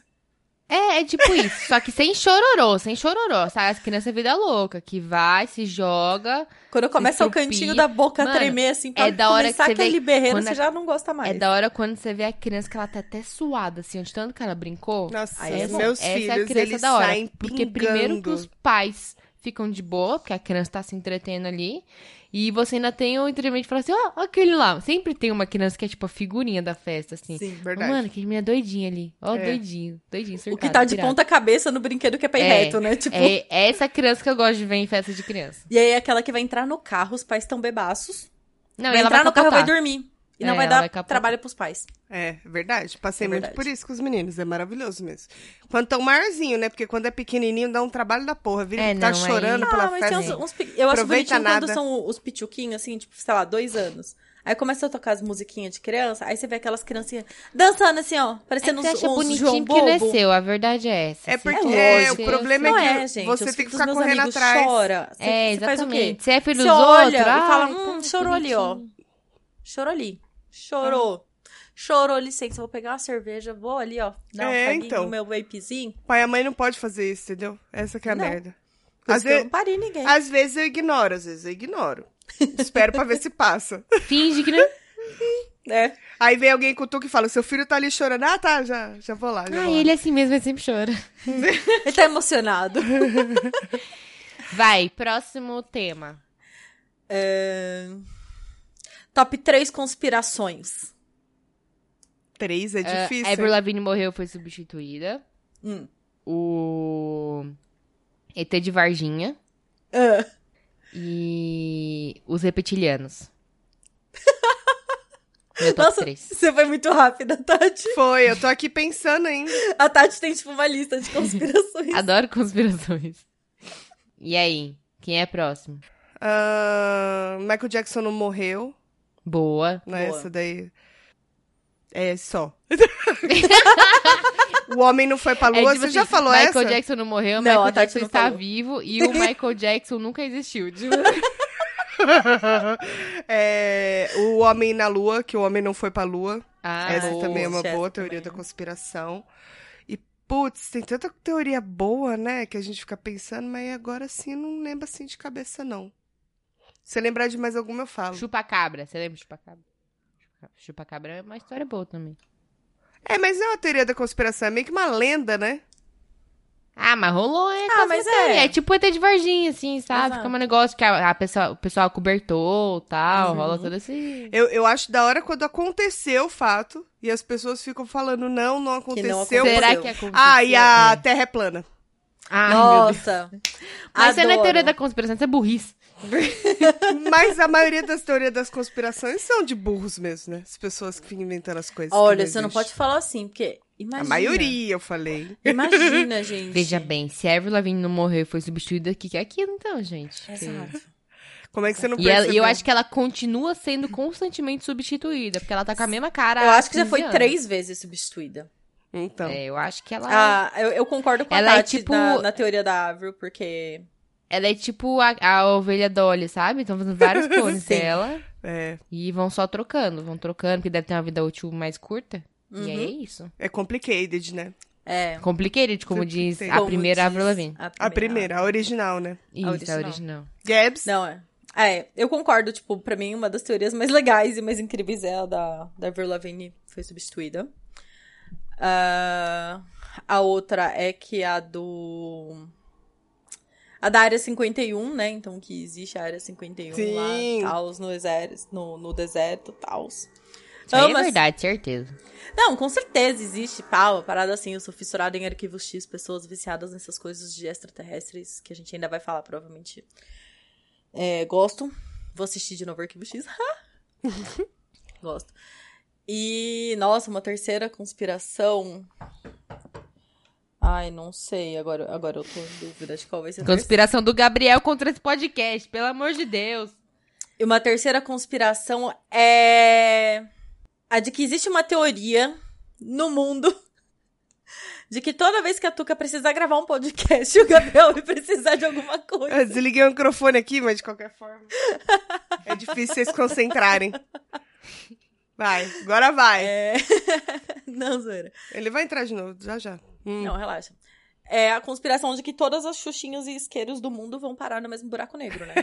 Speaker 1: É, é tipo isso, só que sem chororô, sem chororô, sabe? As crianças é vida louca, que vai, se joga. é
Speaker 3: Quando começa o
Speaker 1: Estrupir.
Speaker 3: cantinho da boca a
Speaker 1: Mano,
Speaker 3: tremer, assim, pra
Speaker 1: é da hora
Speaker 3: começar
Speaker 1: que você
Speaker 3: aquele
Speaker 1: vê-
Speaker 3: berreiro,
Speaker 1: quando
Speaker 3: você
Speaker 1: a-
Speaker 3: já não gosta mais.
Speaker 1: É da hora quando você vê a criança que ela tá até suada, assim, de tanto que ela brincou.
Speaker 2: Nossa,
Speaker 3: Aí é bom.
Speaker 2: meus
Speaker 1: Essa é a
Speaker 2: filhos,
Speaker 1: criança
Speaker 2: eles
Speaker 1: da hora.
Speaker 2: saem
Speaker 1: porque
Speaker 2: pingando.
Speaker 1: primeiro que os pais ficam de boa, porque a criança tá se entretendo ali. E você ainda tem o entretenimento de falar assim, ó, aquele lá. Sempre tem uma criança que é tipo a figurinha da festa, assim.
Speaker 3: Sim.
Speaker 2: Verdade.
Speaker 1: Mano, que menina doidinha ali. Ó,
Speaker 2: É.
Speaker 1: doidinho, doidinho,
Speaker 3: O
Speaker 1: surtado,
Speaker 3: que tá de
Speaker 1: pirado.
Speaker 3: ponta cabeça no brinquedo que é pé
Speaker 1: É,
Speaker 3: reto, né? Tipo...
Speaker 1: É, é essa criança que eu gosto de ver em festa de criança.
Speaker 3: E aí é aquela que vai entrar no carro, os pais estão bebaços.
Speaker 1: Não,
Speaker 3: vai
Speaker 1: ela
Speaker 3: entrar
Speaker 1: vai
Speaker 3: no carro e vai
Speaker 1: capotar.
Speaker 3: dormir. E não
Speaker 1: É,
Speaker 3: vai
Speaker 1: ela
Speaker 3: dar
Speaker 1: vai capotar.
Speaker 3: trabalho pros pais.
Speaker 2: É, verdade. Passei
Speaker 3: É
Speaker 2: muito
Speaker 3: verdade.
Speaker 2: por isso com os meninos. É maravilhoso mesmo. Quando tão maiorzinho, né? Porque quando é pequenininho dá um trabalho da porra. Vira
Speaker 1: É,
Speaker 2: que tá
Speaker 1: não, aí-
Speaker 2: chorando pela
Speaker 3: Ah, mas tem
Speaker 2: festa.
Speaker 3: uns, uns pe- Eu acho
Speaker 2: Aproveita
Speaker 3: bonitinho
Speaker 2: nada.
Speaker 3: quando são os pituquinhos, assim, tipo, sei lá, dois anos. Aí começa a tocar as musiquinhas de criança, aí você vê aquelas criancinhas dançando assim, ó, parecendo
Speaker 1: Você
Speaker 3: uns,
Speaker 1: acha
Speaker 3: uns João
Speaker 1: bonitinho É que
Speaker 3: Bobo.
Speaker 1: nasceu, a verdade é essa.
Speaker 2: É
Speaker 1: assim.
Speaker 2: porque
Speaker 3: É,
Speaker 2: é, o
Speaker 3: lógico.
Speaker 2: problema
Speaker 3: Não
Speaker 2: é que
Speaker 3: é, gente.
Speaker 2: você
Speaker 3: os
Speaker 2: tem que
Speaker 3: filhos
Speaker 2: ficar
Speaker 3: dos meus
Speaker 2: correndo
Speaker 3: amigos
Speaker 2: atrás.
Speaker 3: Chora. Você-
Speaker 1: É,
Speaker 3: você faz o quê?
Speaker 1: exatamente. Você é filho
Speaker 3: Você
Speaker 1: dos
Speaker 3: olha
Speaker 1: outros?
Speaker 3: e fala,
Speaker 1: Ai,
Speaker 3: hum,
Speaker 1: tá,
Speaker 3: chorou ali, ó.
Speaker 1: bonitinho.
Speaker 3: Chorou ali. Chorou. Chorou, licença, vou pegar uma cerveja, vou ali, ó, dar um
Speaker 2: É,
Speaker 3: paguinho
Speaker 2: então.
Speaker 3: no meu vapezinho.
Speaker 2: Pai e mãe não pode fazer isso, entendeu? Essa que é a
Speaker 3: Não.
Speaker 2: merda.
Speaker 3: Por
Speaker 2: Às
Speaker 3: isso que eu
Speaker 2: ve- Ah.
Speaker 3: não parei ninguém.
Speaker 2: às vezes eu ignoro, às vezes eu ignoro. Espero pra ver se passa.
Speaker 1: Finge que não...
Speaker 3: É.
Speaker 2: Aí vem alguém com e fala: seu filho tá ali chorando. Ah, tá, já, já vou lá. Já
Speaker 1: Ah,
Speaker 2: vou lá.
Speaker 1: ele é assim mesmo, ele sempre chora.
Speaker 3: Ele tá emocionado.
Speaker 1: Vai, próximo tema.
Speaker 3: Top 3 conspirações.
Speaker 2: Três é
Speaker 1: Ah,
Speaker 2: difícil.
Speaker 1: Avril
Speaker 2: hein?
Speaker 1: Lavigne morreu, foi substituída.
Speaker 3: Hum.
Speaker 1: O ET de Varginha
Speaker 3: Ah.
Speaker 1: e os reptilianos. Meu top
Speaker 3: Nossa,
Speaker 1: 3.
Speaker 3: você foi muito rápida, Tati.
Speaker 2: Foi, eu tô aqui pensando ainda.
Speaker 3: A Tati tem, tipo, uma lista de conspirações.
Speaker 1: Adoro conspirações. E aí? Quem é próximo?
Speaker 2: Ah, Michael Jackson não morreu,
Speaker 1: Boa.
Speaker 2: né?
Speaker 3: Boa.
Speaker 2: Essa daí. É só. o homem não foi pra lua,
Speaker 1: É tipo
Speaker 2: você
Speaker 1: assim,
Speaker 2: já falou
Speaker 1: Michael
Speaker 2: essa?
Speaker 1: Jackson não morreu,
Speaker 3: Não, a
Speaker 1: Michael
Speaker 3: Tati
Speaker 1: Jackson
Speaker 3: não
Speaker 1: está
Speaker 3: falou.
Speaker 1: vivo e o Michael Jackson nunca existiu. Tipo,
Speaker 2: É, o homem na lua, que o homem não foi pra lua.
Speaker 1: Ah,
Speaker 2: Essa
Speaker 1: boa.
Speaker 2: também é uma
Speaker 3: Essa
Speaker 2: boa teoria
Speaker 3: também.
Speaker 2: da conspiração. E, putz, tem tanta teoria boa, né? Que a gente fica pensando, mas agora sim não lembro assim de cabeça, não. Se lembrar de mais alguma, eu falo.
Speaker 1: Chupa-cabra. Você lembra de chupa-cabra? Chupa-cabra é uma história boa também.
Speaker 2: É, mas não é uma teoria da conspiração, é meio que uma lenda, né?
Speaker 1: Ah, mas rolou, é
Speaker 3: Ah, mas
Speaker 1: conspiração,
Speaker 3: é.
Speaker 1: É tipo ET de Varginha, assim, sabe?
Speaker 3: Exato.
Speaker 1: Fica um negócio que a, a pessoa, o pessoal cobertou e tal.
Speaker 3: Uhum.
Speaker 1: Rola todo esse...
Speaker 2: Eu, eu acho da hora quando aconteceu o fato e as pessoas ficam falando, não, não aconteceu.
Speaker 3: aconteceu.
Speaker 2: porque-
Speaker 1: Será
Speaker 3: possível.
Speaker 1: que aconteceu?
Speaker 2: Ah, e a
Speaker 1: É.
Speaker 2: Terra é plana.
Speaker 1: Ai, meu Deus.
Speaker 3: Nossa.
Speaker 1: Mas isso não é
Speaker 3: Adoro.
Speaker 1: teoria da conspiração, isso é burrice.
Speaker 2: Mas a maioria das teorias das conspirações são de burros mesmo, né? As pessoas que ficam inventando as coisas. que
Speaker 3: Olha, você não
Speaker 2: existe.
Speaker 3: pode falar assim, porque. Imagina.
Speaker 2: A maioria,
Speaker 1: né?
Speaker 2: eu falei.
Speaker 3: Imagina, gente.
Speaker 1: Veja bem, se a Avril Lavigne não morreu e foi substituída, o que que é aquilo então, gente? Que-
Speaker 3: Exato.
Speaker 2: Como é que você não
Speaker 1: E ela-
Speaker 2: percebeu?
Speaker 1: e eu acho que ela continua sendo constantemente substituída, porque ela tá com a mesma cara.
Speaker 3: Eu
Speaker 1: há
Speaker 3: acho que já
Speaker 1: 15
Speaker 3: foi
Speaker 1: anos.
Speaker 3: três vezes substituída.
Speaker 2: Então.
Speaker 1: É, eu acho que ela.
Speaker 3: Ah, eu, eu concordo com a
Speaker 1: Ela é
Speaker 3: Tati
Speaker 1: tipo-
Speaker 3: na, na teoria da Avril, porque.
Speaker 1: Ela é tipo a, a ovelha Dolly, sabe? Estão fazendo vários clones
Speaker 3: Sim.
Speaker 1: dela
Speaker 2: É,
Speaker 1: e vão só trocando, vão trocando, porque deve ter uma vida útil mais curta.
Speaker 3: Uhum.
Speaker 1: E aí é isso.
Speaker 2: é complicated, né?
Speaker 3: É.
Speaker 1: Complicated, como
Speaker 2: Você
Speaker 1: diz
Speaker 2: tem-
Speaker 1: a
Speaker 3: como
Speaker 1: primeira
Speaker 3: diz
Speaker 1: Avril Lavigne.
Speaker 2: A primeira, a original, né?
Speaker 1: Isso,
Speaker 3: original.
Speaker 1: a original.
Speaker 2: Gabs,
Speaker 3: Não, é. É, eu concordo, tipo, pra mim uma das teorias mais legais e mais incríveis é a da, da Avril Lavigne foi substituída. Ah, a outra é que a do... A da Área 51, né? Então, que existe a Área 51
Speaker 2: Sim.
Speaker 3: lá, tals, no, exército, no, no deserto, tals.
Speaker 1: Isso aí é
Speaker 3: Amo as-
Speaker 1: verdade, certeza.
Speaker 3: Não, com certeza existe, pau, a parada assim, eu sou fissurada em arquivos X, pessoas viciadas nessas coisas de extraterrestres, que a gente ainda vai falar, provavelmente. É, gosto. Vou assistir de novo Arquivo X. gosto. E, nossa, uma terceira conspiração. Ai, não sei, agora, agora eu tô em dúvida de qual vai ser a terceira.
Speaker 1: Conspiração do Gabriel contra esse podcast, pelo amor de Deus.
Speaker 3: E uma terceira conspiração é a de que existe uma teoria no mundo de que toda vez que a Tuca precisar gravar um podcast, o Gabriel vai precisar de alguma coisa.
Speaker 2: eu desliguei o microfone aqui, mas de qualquer forma. é difícil vocês se concentrarem. Vai, agora vai.
Speaker 3: É... Não, zoeira.
Speaker 2: Ele vai entrar de novo, já já. Hum.
Speaker 3: Não, relaxa. É a conspiração de que todas as xuxinhas e isqueiros do mundo vão parar no mesmo buraco negro, né?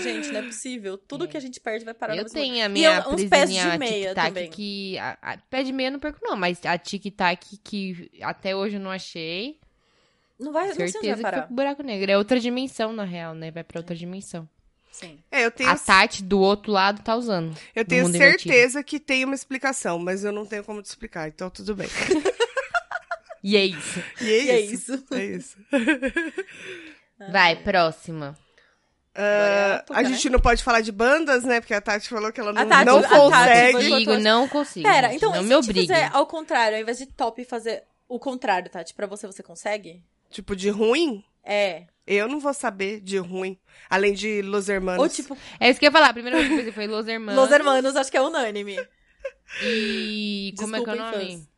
Speaker 3: gente, não é possível. Tudo que a gente perde vai parar no
Speaker 1: Eu
Speaker 3: mesmo
Speaker 1: tenho a
Speaker 3: E
Speaker 1: minha
Speaker 3: eu- uns pés
Speaker 1: presinha
Speaker 3: de meia
Speaker 1: tic-tac
Speaker 3: também.
Speaker 1: que... A, a, pé de meia eu não perco não, mas a tic-tac que até hoje eu não achei.
Speaker 3: Não vai, não sei onde vai
Speaker 1: certeza que foi
Speaker 3: parar.
Speaker 1: pro buraco negro. É outra dimensão, na real, né? Vai pra outra dimensão.
Speaker 3: Sim.
Speaker 2: É, eu tenho,
Speaker 1: A Tati do outro lado tá usando.
Speaker 2: eu
Speaker 1: do
Speaker 2: tenho
Speaker 1: mundo
Speaker 2: certeza que tem uma explicação, mas eu não tenho como te explicar, então tudo bem.
Speaker 1: E é isso.
Speaker 2: E é,
Speaker 3: E é
Speaker 2: isso.
Speaker 3: isso.
Speaker 2: É isso.
Speaker 3: Ah.
Speaker 1: Vai, próxima.
Speaker 3: Agora é
Speaker 2: Ah,
Speaker 3: Tuca,
Speaker 2: a
Speaker 3: né?
Speaker 2: gente não pode falar de bandas, né? Porque a Tati falou que ela não,
Speaker 3: Tati-
Speaker 2: não
Speaker 3: a Tati
Speaker 2: consegue.
Speaker 3: vai-
Speaker 1: Consigo, não consigo.
Speaker 3: Pera,
Speaker 1: gente,
Speaker 3: então
Speaker 1: não
Speaker 3: e
Speaker 1: me
Speaker 3: se a gente
Speaker 1: obrigue.
Speaker 3: fizer ao contrário, ao invés de top fazer o contrário, Tati, pra você, você consegue?
Speaker 2: Tipo, de ruim,
Speaker 3: É.
Speaker 2: eu não vou saber de ruim. Além de Los Hermanos.
Speaker 3: Ou tipo,
Speaker 1: É isso que eu ia falar. A primeira coisa que eu pensei foi Los Hermanos.
Speaker 3: Los Hermanos, acho que é unânime.
Speaker 1: E como é que é o
Speaker 3: Desculpa,
Speaker 1: nome?
Speaker 3: infância.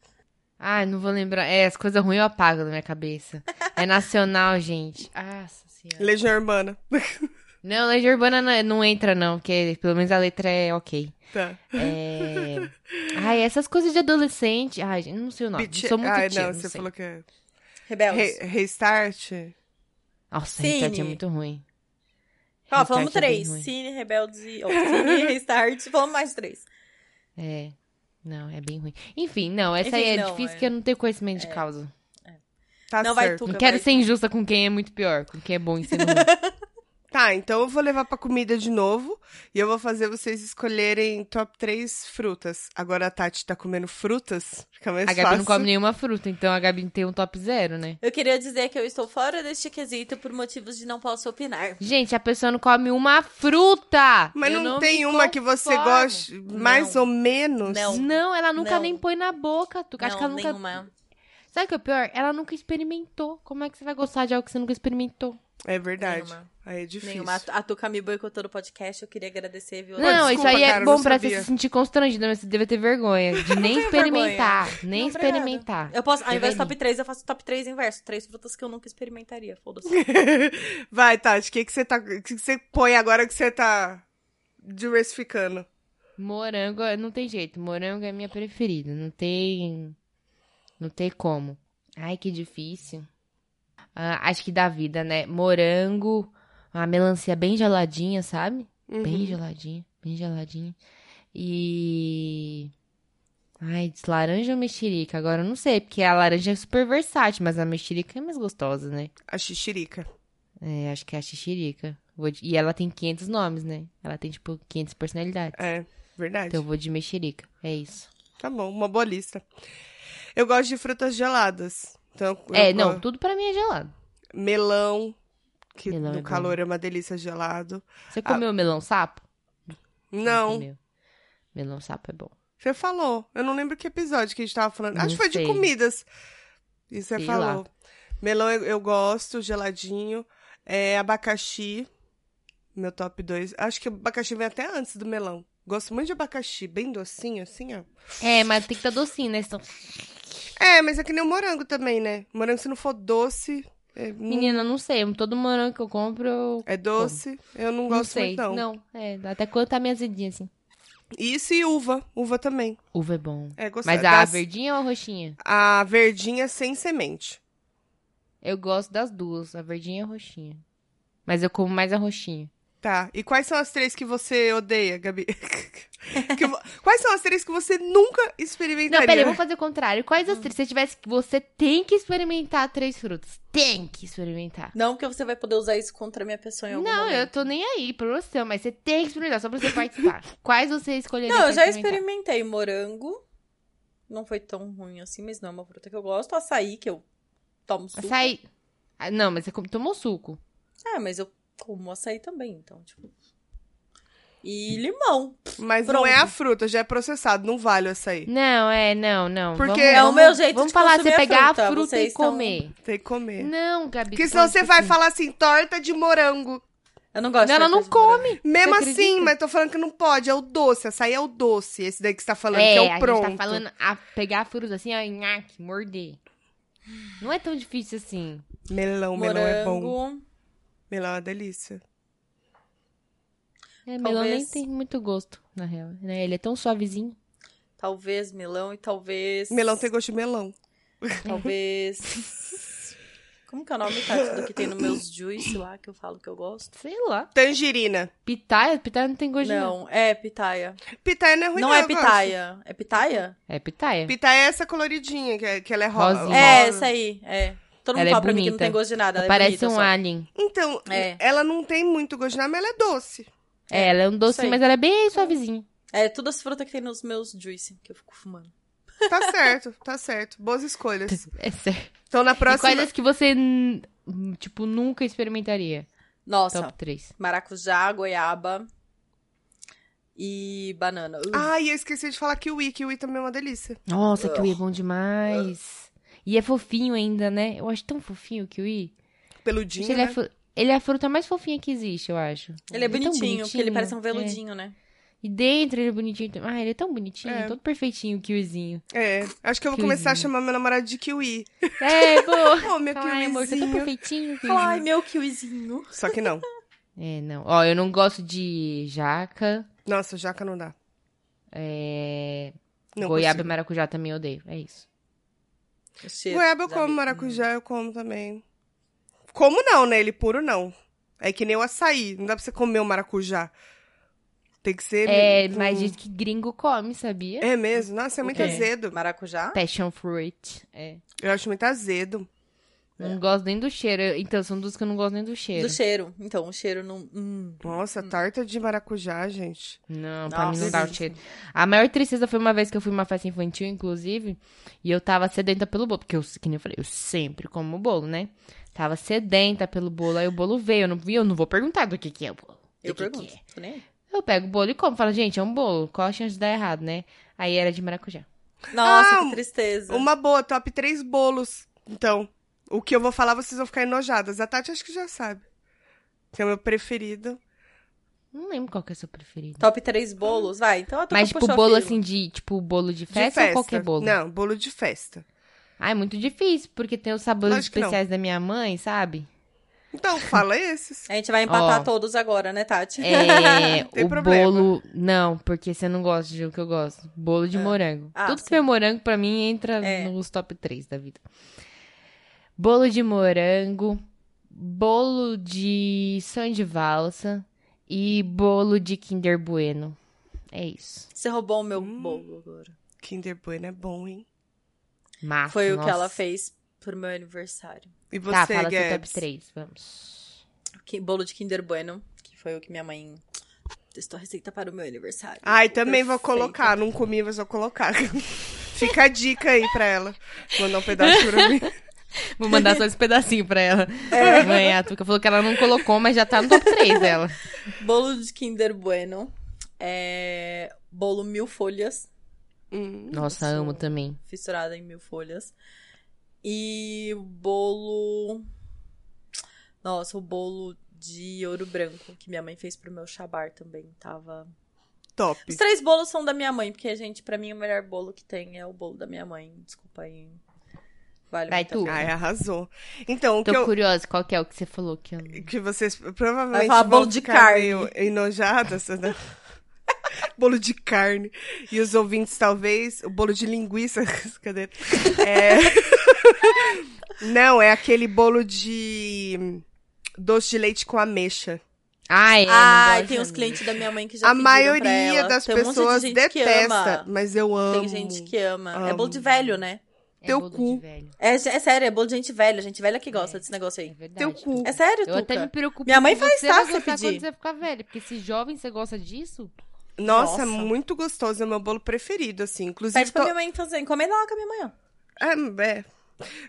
Speaker 1: Ai, não vou lembrar. É, as coisas ruins eu apago da minha cabeça. É nacional, gente. Nossa senhora.
Speaker 2: Legião Urbana.
Speaker 1: Não, Legião Urbana não, não entra, não, porque pelo menos a letra é ok.
Speaker 2: Tá.
Speaker 1: É... Ai, essas coisas de adolescente. Ai, gente, não sei o nome.
Speaker 2: Bitch-
Speaker 1: Sou muito
Speaker 2: Ah,
Speaker 1: tia,
Speaker 2: não,
Speaker 1: não
Speaker 2: você
Speaker 1: sei.
Speaker 2: falou que é.
Speaker 3: Rebeldes.
Speaker 2: Re- Restart?
Speaker 1: Nossa,
Speaker 3: Cine.
Speaker 1: Restart é muito ruim.
Speaker 3: Ó,
Speaker 1: Restart
Speaker 3: falamos
Speaker 1: é bem
Speaker 3: três.
Speaker 1: ruim.
Speaker 3: Cine, Rebeldes e... ó, Cine, Restart. Falamos mais três.
Speaker 1: É. Não, é bem ruim. Enfim, não, essa
Speaker 3: Enfim,
Speaker 1: aí é
Speaker 3: não,
Speaker 1: difícil
Speaker 3: é.
Speaker 1: que eu não tenho conhecimento de causa.
Speaker 2: Tá
Speaker 3: Não vai
Speaker 2: certo.
Speaker 3: tu.
Speaker 1: Não
Speaker 3: Nunca
Speaker 1: quero
Speaker 3: vai-
Speaker 1: ser injusta com quem é muito pior, com quem é bom em sendo ruim.
Speaker 2: Tá, então eu vou levar pra comida de novo e eu vou fazer vocês escolherem top 3 frutas. Agora a Tati tá comendo frutas, fica mais
Speaker 1: A Gabi
Speaker 2: É fácil.
Speaker 1: não come nenhuma fruta, então a Gabi tem um top zero, né?
Speaker 3: Eu queria dizer que eu estou fora deste quesito por motivos de não posso opinar.
Speaker 1: Gente, a pessoa não come uma fruta!
Speaker 2: Mas
Speaker 1: Eu
Speaker 2: não,
Speaker 1: me
Speaker 2: tem uma que você
Speaker 1: conformo.
Speaker 2: goste mais ou menos?
Speaker 3: Não.
Speaker 1: Não, ela nunca
Speaker 3: Não.
Speaker 1: nem põe na boca, tu. Acho
Speaker 3: não,
Speaker 1: que ela nunca.
Speaker 3: nenhuma.
Speaker 1: Sabe o que é o pior? Ela nunca experimentou. Como é que você vai gostar de algo que você nunca experimentou?
Speaker 2: É verdade.
Speaker 3: Nenhuma.
Speaker 2: Aí é difícil.
Speaker 3: Nenhuma. A a Tuca me boicotou no podcast, eu queria agradecer, viu?
Speaker 1: não,
Speaker 2: desculpa,
Speaker 1: isso aí é
Speaker 2: cara, eu
Speaker 1: bom
Speaker 2: não
Speaker 1: pra
Speaker 2: sabia.
Speaker 1: você se sentir constrangida, mas você deve ter vergonha de nem experimentar. Nem
Speaker 3: Não, obrigada.
Speaker 1: experimentar.
Speaker 3: Eu posso, ao invés do
Speaker 1: Deveria.
Speaker 3: top 3, eu faço top 3 inverso. Três frutas que eu nunca experimentaria, foda-se.
Speaker 2: Vai, Tati, o que, que você tá. O que, que você põe agora que você tá diversificando?
Speaker 1: Morango, não tem jeito. Morango é minha preferida. Não tem. Não tem como. Ai, que difícil. Ah, acho que dá vida, né? Morango, uma melancia bem geladinha, sabe? Bem
Speaker 2: Uhum.
Speaker 1: geladinha, bem geladinha. E. Ai, diz laranja ou mexerica? Agora eu não sei, porque a laranja é super versátil, mas a mexerica é mais gostosa, né?
Speaker 2: A xixirica.
Speaker 1: É, acho que é a xixirica. Vou de- E ela tem 500 nomes, né? Ela tem, tipo, 500 personalidades.
Speaker 2: É, verdade.
Speaker 1: Então eu vou de mexerica. É isso.
Speaker 2: Tá bom, uma boa lista. Eu gosto de frutas geladas. Então, eu
Speaker 1: É,
Speaker 2: go-
Speaker 1: não, tudo pra mim é gelado.
Speaker 2: Melão, que
Speaker 1: Melão é
Speaker 2: no
Speaker 1: bom.
Speaker 2: calor é uma delícia gelado.
Speaker 1: Você comeu melão sapo?
Speaker 2: Ah. Não,
Speaker 1: comeu. Melão sapo é bom.
Speaker 2: você falou. Eu não lembro que episódio que a gente tava falando.
Speaker 1: Não
Speaker 2: Acho que foi
Speaker 1: sei.
Speaker 2: de comidas. E você
Speaker 1: Sei
Speaker 2: falou. Melão eu, eu gosto, geladinho. É, abacaxi, meu top 2. Acho que o abacaxi vem até antes do melão. Gosto muito de abacaxi, bem docinho, assim, ó.
Speaker 1: É, mas tem que estar docinho, né? Senão...
Speaker 2: É, mas é que nem o morango também, né? O morango, se não for doce, é, não-
Speaker 1: Menina, eu não sei. Todo morango que eu compro, eu
Speaker 2: é doce. Eu não
Speaker 1: não
Speaker 2: gosto
Speaker 1: sei.
Speaker 2: muito, não.
Speaker 1: Não, é, até quando tá minha azedinha, assim.
Speaker 2: Isso e uva. Uva também.
Speaker 1: Uva é bom.
Speaker 2: É gostoso.
Speaker 1: Mas a
Speaker 2: Das-
Speaker 1: verdinha ou a roxinha?
Speaker 2: a verdinha sem semente.
Speaker 1: Eu gosto das duas, a verdinha e a roxinha. Mas eu como mais a roxinha.
Speaker 2: Tá. E quais são as três que você odeia, Gabi? Que vo- Quais são as três que você nunca experimentaria?
Speaker 1: Não, peraí, vamos fazer o contrário. Quais
Speaker 2: Hum.
Speaker 1: as três? Se você tivesse. Você tem que experimentar três frutas. Tem que experimentar.
Speaker 3: Não que você vai poder usar isso contra a minha pessoa em É algum
Speaker 1: Não, eu
Speaker 3: momento.
Speaker 1: tô nem aí, pro seu, mas você tem que experimentar, só pra você participar. Quais você escolheria?
Speaker 3: Não,
Speaker 1: pra
Speaker 3: eu já
Speaker 1: experimentar?
Speaker 3: experimentei morango. Não foi tão ruim assim, mas não é uma fruta que eu gosto. Açaí, que eu tomo suco.
Speaker 1: Açaí. Ah, não, mas você com- tomou suco.
Speaker 3: É, mas eu como açaí também, então, tipo... E limão.
Speaker 2: Mas não
Speaker 3: Pronto.
Speaker 2: é a fruta, já é processado, não vale o açaí.
Speaker 1: Não, é, não, não.
Speaker 2: Porque
Speaker 1: vamos,
Speaker 2: é o
Speaker 1: vamos-
Speaker 3: meu jeito
Speaker 1: Vamos
Speaker 3: de
Speaker 1: falar,
Speaker 3: consumir
Speaker 1: você
Speaker 3: a
Speaker 1: pegar a
Speaker 3: fruta,
Speaker 1: fruta e
Speaker 3: vocês É. estão-
Speaker 1: comer.
Speaker 2: Tem que comer.
Speaker 1: Não, Gabi.
Speaker 2: Porque
Speaker 1: pelo
Speaker 2: senão
Speaker 1: amor de
Speaker 2: você vai
Speaker 1: Deus.
Speaker 2: falar assim, torta de morango.
Speaker 3: Eu não gosto
Speaker 1: Não, ela
Speaker 3: de
Speaker 1: não
Speaker 3: fruta de morango.
Speaker 1: come.
Speaker 2: Mesmo
Speaker 1: Você
Speaker 2: assim,
Speaker 1: acredita?
Speaker 2: mas tô falando que não pode, é o doce, açaí é o doce, esse daí que você tá falando,
Speaker 1: é,
Speaker 2: que é
Speaker 1: a
Speaker 2: o pronto.
Speaker 1: gente tá falando a pegar a fruta assim, ó, nhaque, morder. Não é tão difícil assim.
Speaker 2: Melão, melão é bom.
Speaker 3: Morango.
Speaker 2: Melão é uma delícia.
Speaker 1: É, melão nem
Speaker 3: Talvez-
Speaker 1: tem muito gosto, na real. Né? Ele é tão suavezinho.
Speaker 3: Talvez melão e talvez.
Speaker 2: Melão tem gosto de melão.
Speaker 3: Talvez. Como que é o nome, Tati, do que tem no meus juice lá, que eu falo que eu gosto?
Speaker 1: Sei lá.
Speaker 2: Tangerina.
Speaker 1: Pitaia? Pitaia não tem gosto de nada.
Speaker 3: Não, é pitaia.
Speaker 2: Pitaia não é ruim,
Speaker 3: não é
Speaker 2: eu gosto.
Speaker 3: pitaia. É pitaia?
Speaker 1: É pitaia.
Speaker 2: Pitaia é essa coloridinha, que, é- que ela é rosa.
Speaker 1: Rosinha.
Speaker 3: É, essa aí. É. Todo mundo
Speaker 1: Ela é
Speaker 3: fala pra mim que não
Speaker 1: bonita.
Speaker 3: tem gosto de nada. Ela é
Speaker 1: Parece
Speaker 3: bonita
Speaker 1: um
Speaker 3: só.
Speaker 1: alien.
Speaker 2: Então,
Speaker 3: É.
Speaker 2: ela não tem muito gosto de nada, mas ela é doce.
Speaker 1: É, ela é um doce,
Speaker 3: Sei.
Speaker 1: mas ela é bem suavezinha.
Speaker 3: É, todas as frutas que tem nos meus juice que eu fico fumando.
Speaker 2: Tá certo, tá certo. Boas escolhas.
Speaker 1: É sério.
Speaker 2: Então, na
Speaker 1: E
Speaker 2: próxima...
Speaker 1: coisas que você, n- tipo, nunca experimentaria.
Speaker 3: Nossa,
Speaker 1: Top 3.
Speaker 3: maracujá, goiaba e banana. Uh,
Speaker 2: Ah, e eu esqueci de falar kiwi. Kiwi também é uma delícia.
Speaker 1: Nossa, kiwi é bom demais. E é fofinho ainda, né? Eu acho tão fofinho o kiwi.
Speaker 2: Peludinho,
Speaker 1: ele,
Speaker 2: né?
Speaker 1: é fru- ele é a fruta mais fofinha que existe, eu acho.
Speaker 3: ele é
Speaker 1: tão
Speaker 3: bonitinho, porque ele parece um
Speaker 1: é.
Speaker 3: veludinho, né?
Speaker 1: E dentro ele é bonitinho. tam- Ah, ele é tão bonitinho,
Speaker 2: É.
Speaker 1: todo perfeitinho o kiwizinho.
Speaker 2: É, acho que eu vou começar a
Speaker 1: Kiwizinho.
Speaker 2: chamar meu namorado de kiwi.
Speaker 1: É, boa.
Speaker 2: Ô, meu
Speaker 1: Fala, Ai, amor, você é tão
Speaker 2: kiwizinho.
Speaker 1: perfeitinho. kiwizinho.
Speaker 3: Ai, meu kiwizinho.
Speaker 2: Só que não.
Speaker 1: É, não. Ó, eu não gosto de jaca.
Speaker 2: Nossa, jaca não dá.
Speaker 1: É...
Speaker 2: Não
Speaker 1: Goiaba é e
Speaker 2: consigo.
Speaker 1: maracujá também eu odeio. É isso.
Speaker 2: Goiaba eu como, maracujá eu como também. Como não, né? Ele puro não. É que nem o açaí. Não dá pra você comer o maracujá. Tem que ser...
Speaker 1: É,
Speaker 2: com-
Speaker 1: mas diz que gringo come, sabia?
Speaker 2: É mesmo? Nossa, é muito
Speaker 1: quê?
Speaker 2: azedo.
Speaker 3: Maracujá?
Speaker 1: Passion fruit. É.
Speaker 2: Eu acho muito azedo.
Speaker 1: Não gosto nem do cheiro. Então, são duas que eu não gosto nem do cheiro.
Speaker 3: É. Do cheiro. Então, o cheiro não. hum.
Speaker 2: Nossa, tarta de maracujá, gente.
Speaker 1: Não, pra mim
Speaker 3: Nossa.
Speaker 1: não dá o cheiro. A maior tristeza foi uma vez que eu fui uma festa infantil, inclusive, e eu tava sedenta pelo bolo. Porque, eu, que nem eu falei, eu sempre como bolo, né? Tava sedenta pelo bolo, aí o bolo veio. Eu não, vi, eu não vou perguntar do que que é o bolo. do
Speaker 3: Eu
Speaker 1: que que
Speaker 3: pergunto.
Speaker 1: é.
Speaker 3: Tô nem aí.
Speaker 1: Eu pego o bolo e como. Falo, gente, é um bolo. Qual a chance de dar errado, né? Aí era de maracujá.
Speaker 3: Nossa,
Speaker 1: um-
Speaker 2: Ah,
Speaker 3: que tristeza.
Speaker 2: Uma boa, top três bolos. Então, o que eu vou falar, vocês vão ficar enojadas. A Tati acho que já sabe. Que é o meu preferido.
Speaker 1: Não lembro qual que é o seu preferido.
Speaker 3: Top três bolos, vai. Então a Tuca
Speaker 1: Mas, tipo,
Speaker 3: puxou a
Speaker 1: bolo
Speaker 3: fila.
Speaker 1: assim de. Tipo, bolo de
Speaker 2: De
Speaker 1: festa, ou qualquer bolo?
Speaker 2: Não, bolo de festa.
Speaker 1: Ah, é muito difícil, porque tem os sabores
Speaker 2: Lógico que não.
Speaker 1: especiais da minha mãe, sabe?
Speaker 2: Então, fala esses.
Speaker 3: A gente vai empatar
Speaker 1: assim, Ó.
Speaker 3: todos agora, né, Tati?
Speaker 1: É,
Speaker 2: Tem
Speaker 1: o
Speaker 2: problema.
Speaker 1: bolo. Não, porque você não gosta de o que eu gosto. Bolo de morango.
Speaker 3: Ah,
Speaker 1: Tudo
Speaker 3: sim.
Speaker 1: que é morango, pra mim, entra
Speaker 3: É.
Speaker 1: nos top 3 da vida. Bolo de morango, bolo de sonho de valsa e bolo de Kinder Bueno. É isso.
Speaker 3: Você roubou o meu
Speaker 2: Hum.
Speaker 3: bolo agora.
Speaker 2: Kinder Bueno é bom, hein?
Speaker 1: Massa,
Speaker 3: Foi o que
Speaker 1: nossa.
Speaker 3: ela fez pro meu aniversário.
Speaker 2: E você,
Speaker 1: Tá, fala seu
Speaker 2: Gabs?
Speaker 1: top 3, vamos.
Speaker 3: Que- Bolo de Kinder Bueno, que foi o que minha mãe testou a receita para o meu aniversário.
Speaker 2: Ai, também vou
Speaker 3: Perfeito.
Speaker 2: colocar. Não comi, mas vou colocar. Fica a dica aí pra ela. Mandar um pedaço pra mim.
Speaker 1: Vou mandar só esse pedacinho pra ela.
Speaker 2: É.
Speaker 1: Mãe, é a Tuca falou que ela não colocou, mas já tá no top 3 dela.
Speaker 3: Bolo de Kinder Bueno. É... Bolo mil folhas,
Speaker 2: Hum.
Speaker 1: Nossa,
Speaker 3: Nossa.
Speaker 1: amo também.
Speaker 3: fissurado em mil folhas. E bolo. Nossa, o bolo de ouro branco que minha mãe fez pro meu chabar também. Tava.
Speaker 2: Top.
Speaker 3: Os três bolos são da minha mãe, porque, gente, pra mim o melhor bolo que tem é o bolo da minha mãe. Desculpa aí. Vale
Speaker 1: Vai,
Speaker 3: muito a
Speaker 1: Tu.
Speaker 3: pena.
Speaker 2: Ai, arrasou. Então, o que
Speaker 1: Tô
Speaker 2: eu...
Speaker 1: curiosa, qual que é o que você falou que eu não...
Speaker 2: que vocês provavelmente
Speaker 3: Vai falar
Speaker 2: vão
Speaker 3: bolo de
Speaker 2: ficar
Speaker 3: carne.
Speaker 2: meio enojadas, né? bolo de carne. E os ouvintes, talvez, o bolo de linguiça. Cadê? É... Não, é aquele bolo de doce de leite com ameixa.
Speaker 1: Ah, é, não
Speaker 3: Ai,
Speaker 1: gosto
Speaker 3: tem uns
Speaker 1: de
Speaker 3: clientes da minha mãe que já
Speaker 2: A
Speaker 3: pediram pra
Speaker 2: maioria
Speaker 3: ela.
Speaker 2: das
Speaker 3: Tem um monte de
Speaker 2: pessoas
Speaker 3: gente que
Speaker 2: detesta,
Speaker 3: ama.
Speaker 2: mas eu amo.
Speaker 3: Tem gente que ama. É
Speaker 2: Amo.
Speaker 3: bolo de velho, né?
Speaker 1: amendoim.
Speaker 2: teu
Speaker 1: bolo de
Speaker 2: cu.
Speaker 1: velho.
Speaker 3: É, é sério, é bolo de gente velha. Gente velha que gosta desse negócio
Speaker 1: É
Speaker 3: aí.
Speaker 1: verdade.
Speaker 2: Teu cu.
Speaker 3: É sério,
Speaker 1: Eu até me
Speaker 3: Tuca?
Speaker 1: preocupo
Speaker 3: Minha mãe
Speaker 1: com
Speaker 3: faz,
Speaker 1: você
Speaker 3: tá,
Speaker 1: vai
Speaker 3: se
Speaker 1: gostar
Speaker 3: pedir.
Speaker 1: quando você ficar velha. Porque se jovem você gosta disso...
Speaker 2: Nossa,
Speaker 3: Nossa.
Speaker 2: muito gostoso, é meu bolo preferido, assim. Inclusive,
Speaker 3: Pede pra
Speaker 2: tô-
Speaker 3: minha mãe fazer. Encomenda lá com a minha mãe, ó.
Speaker 2: Ah, é.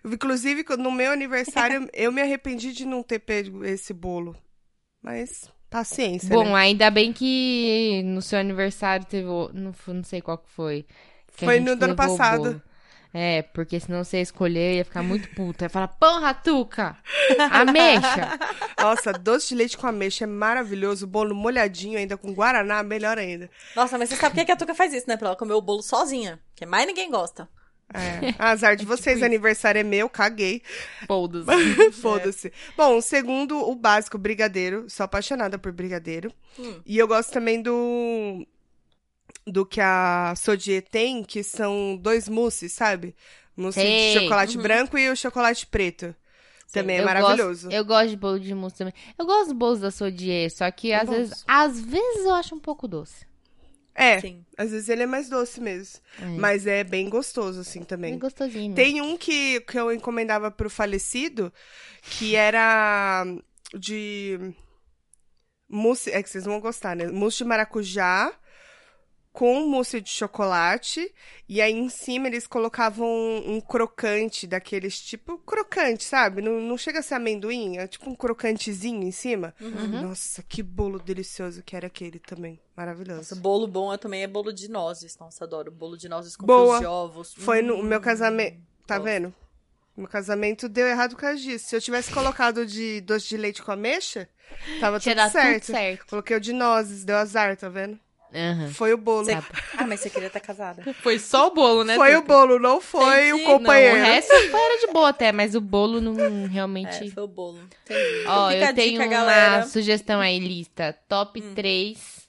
Speaker 2: Inclusive, quando- no meu aniversário, eu me arrependi de não ter pego esse bolo. Mas, paciência,
Speaker 1: Bom,
Speaker 2: né?
Speaker 1: ainda bem que no seu aniversário teve... o- Não, f- não sei qual que foi. que a
Speaker 2: Foi
Speaker 1: gente
Speaker 2: no do ano
Speaker 1: levou o
Speaker 2: passado.
Speaker 1: bolo. É, porque senão você ia escolher, ia ficar muito puta. Ia falar, porra, Tuca! Ameixa!
Speaker 2: Nossa, doce de leite com ameixa é maravilhoso. Bolo molhadinho ainda com guaraná, melhor ainda.
Speaker 3: Nossa, mas você sabe por que que a Tuca faz isso, né? Pra ela comer o bolo sozinha. Que mais ninguém gosta.
Speaker 2: É. Azar de
Speaker 1: Tipo
Speaker 2: vocês,
Speaker 1: isso.
Speaker 2: aniversário é meu, caguei.
Speaker 1: Foda-se.
Speaker 2: Foda-se. Bom, o segundo, o básico, brigadeiro. Sou apaixonada por brigadeiro.
Speaker 3: Hum.
Speaker 2: E eu gosto também do. Do que a Sodier tem, que são dois mousses, sabe? Mousse
Speaker 1: Sei.
Speaker 2: de chocolate branco e o chocolate preto. Também é
Speaker 1: Uhum. Eu
Speaker 2: maravilhoso.
Speaker 1: gosto- eu gosto de bolo de mousse também. Eu gosto dos bolos da Sodier, só que
Speaker 2: É
Speaker 1: às
Speaker 2: bom.
Speaker 1: vezes, às vezes eu acho um pouco doce.
Speaker 2: É,
Speaker 3: Sim.
Speaker 2: às vezes ele é mais doce mesmo.
Speaker 1: É.
Speaker 2: Mas é bem gostoso, assim,
Speaker 1: É
Speaker 2: também.
Speaker 1: gostosinho.
Speaker 2: Tem um que, que eu encomendava pro falecido, que era de mousse, é que vocês vão gostar, né? Mousse de maracujá com mousse de chocolate e aí em cima eles colocavam um, um crocante daqueles tipo crocante, sabe? Não, não chega a ser amendoim, é tipo um crocantezinho em cima.
Speaker 1: Uhum.
Speaker 2: Nossa, que bolo delicioso que era aquele também,
Speaker 3: Nossa,
Speaker 2: maravilhoso.
Speaker 3: bolo bom eu também é bolo de nozes. Nossa, adoro. Bolo de nozes com
Speaker 2: Boa.
Speaker 3: fios de ovos.
Speaker 2: Foi no
Speaker 3: Hum.
Speaker 2: meu casamento. Tá
Speaker 3: gosto.
Speaker 2: vendo? Meu casamento deu errado por causa disso. Se eu tivesse colocado de doce de leite com ameixa, tava
Speaker 1: Tinha
Speaker 2: tudo
Speaker 1: dado
Speaker 2: certo.
Speaker 1: tudo certo. É.
Speaker 2: Coloquei o de nozes, deu azar, tá vendo?
Speaker 1: Aham.
Speaker 2: Foi o bolo.
Speaker 1: Sabe.
Speaker 3: Ah, mas você queria estar casada.
Speaker 1: Foi só o bolo, né?
Speaker 2: Foi o
Speaker 1: Tuca?
Speaker 2: bolo, não foi
Speaker 3: Entendi.
Speaker 2: o companheiro.
Speaker 1: Não, o resto era de boa até, mas o bolo não
Speaker 3: É,
Speaker 1: realmente.
Speaker 3: foi o bolo. Entendi.
Speaker 1: Ó,
Speaker 3: Fica a
Speaker 1: eu tenho
Speaker 3: dica,
Speaker 1: uma
Speaker 3: galera.
Speaker 1: sugestão aí, lista. Top três 3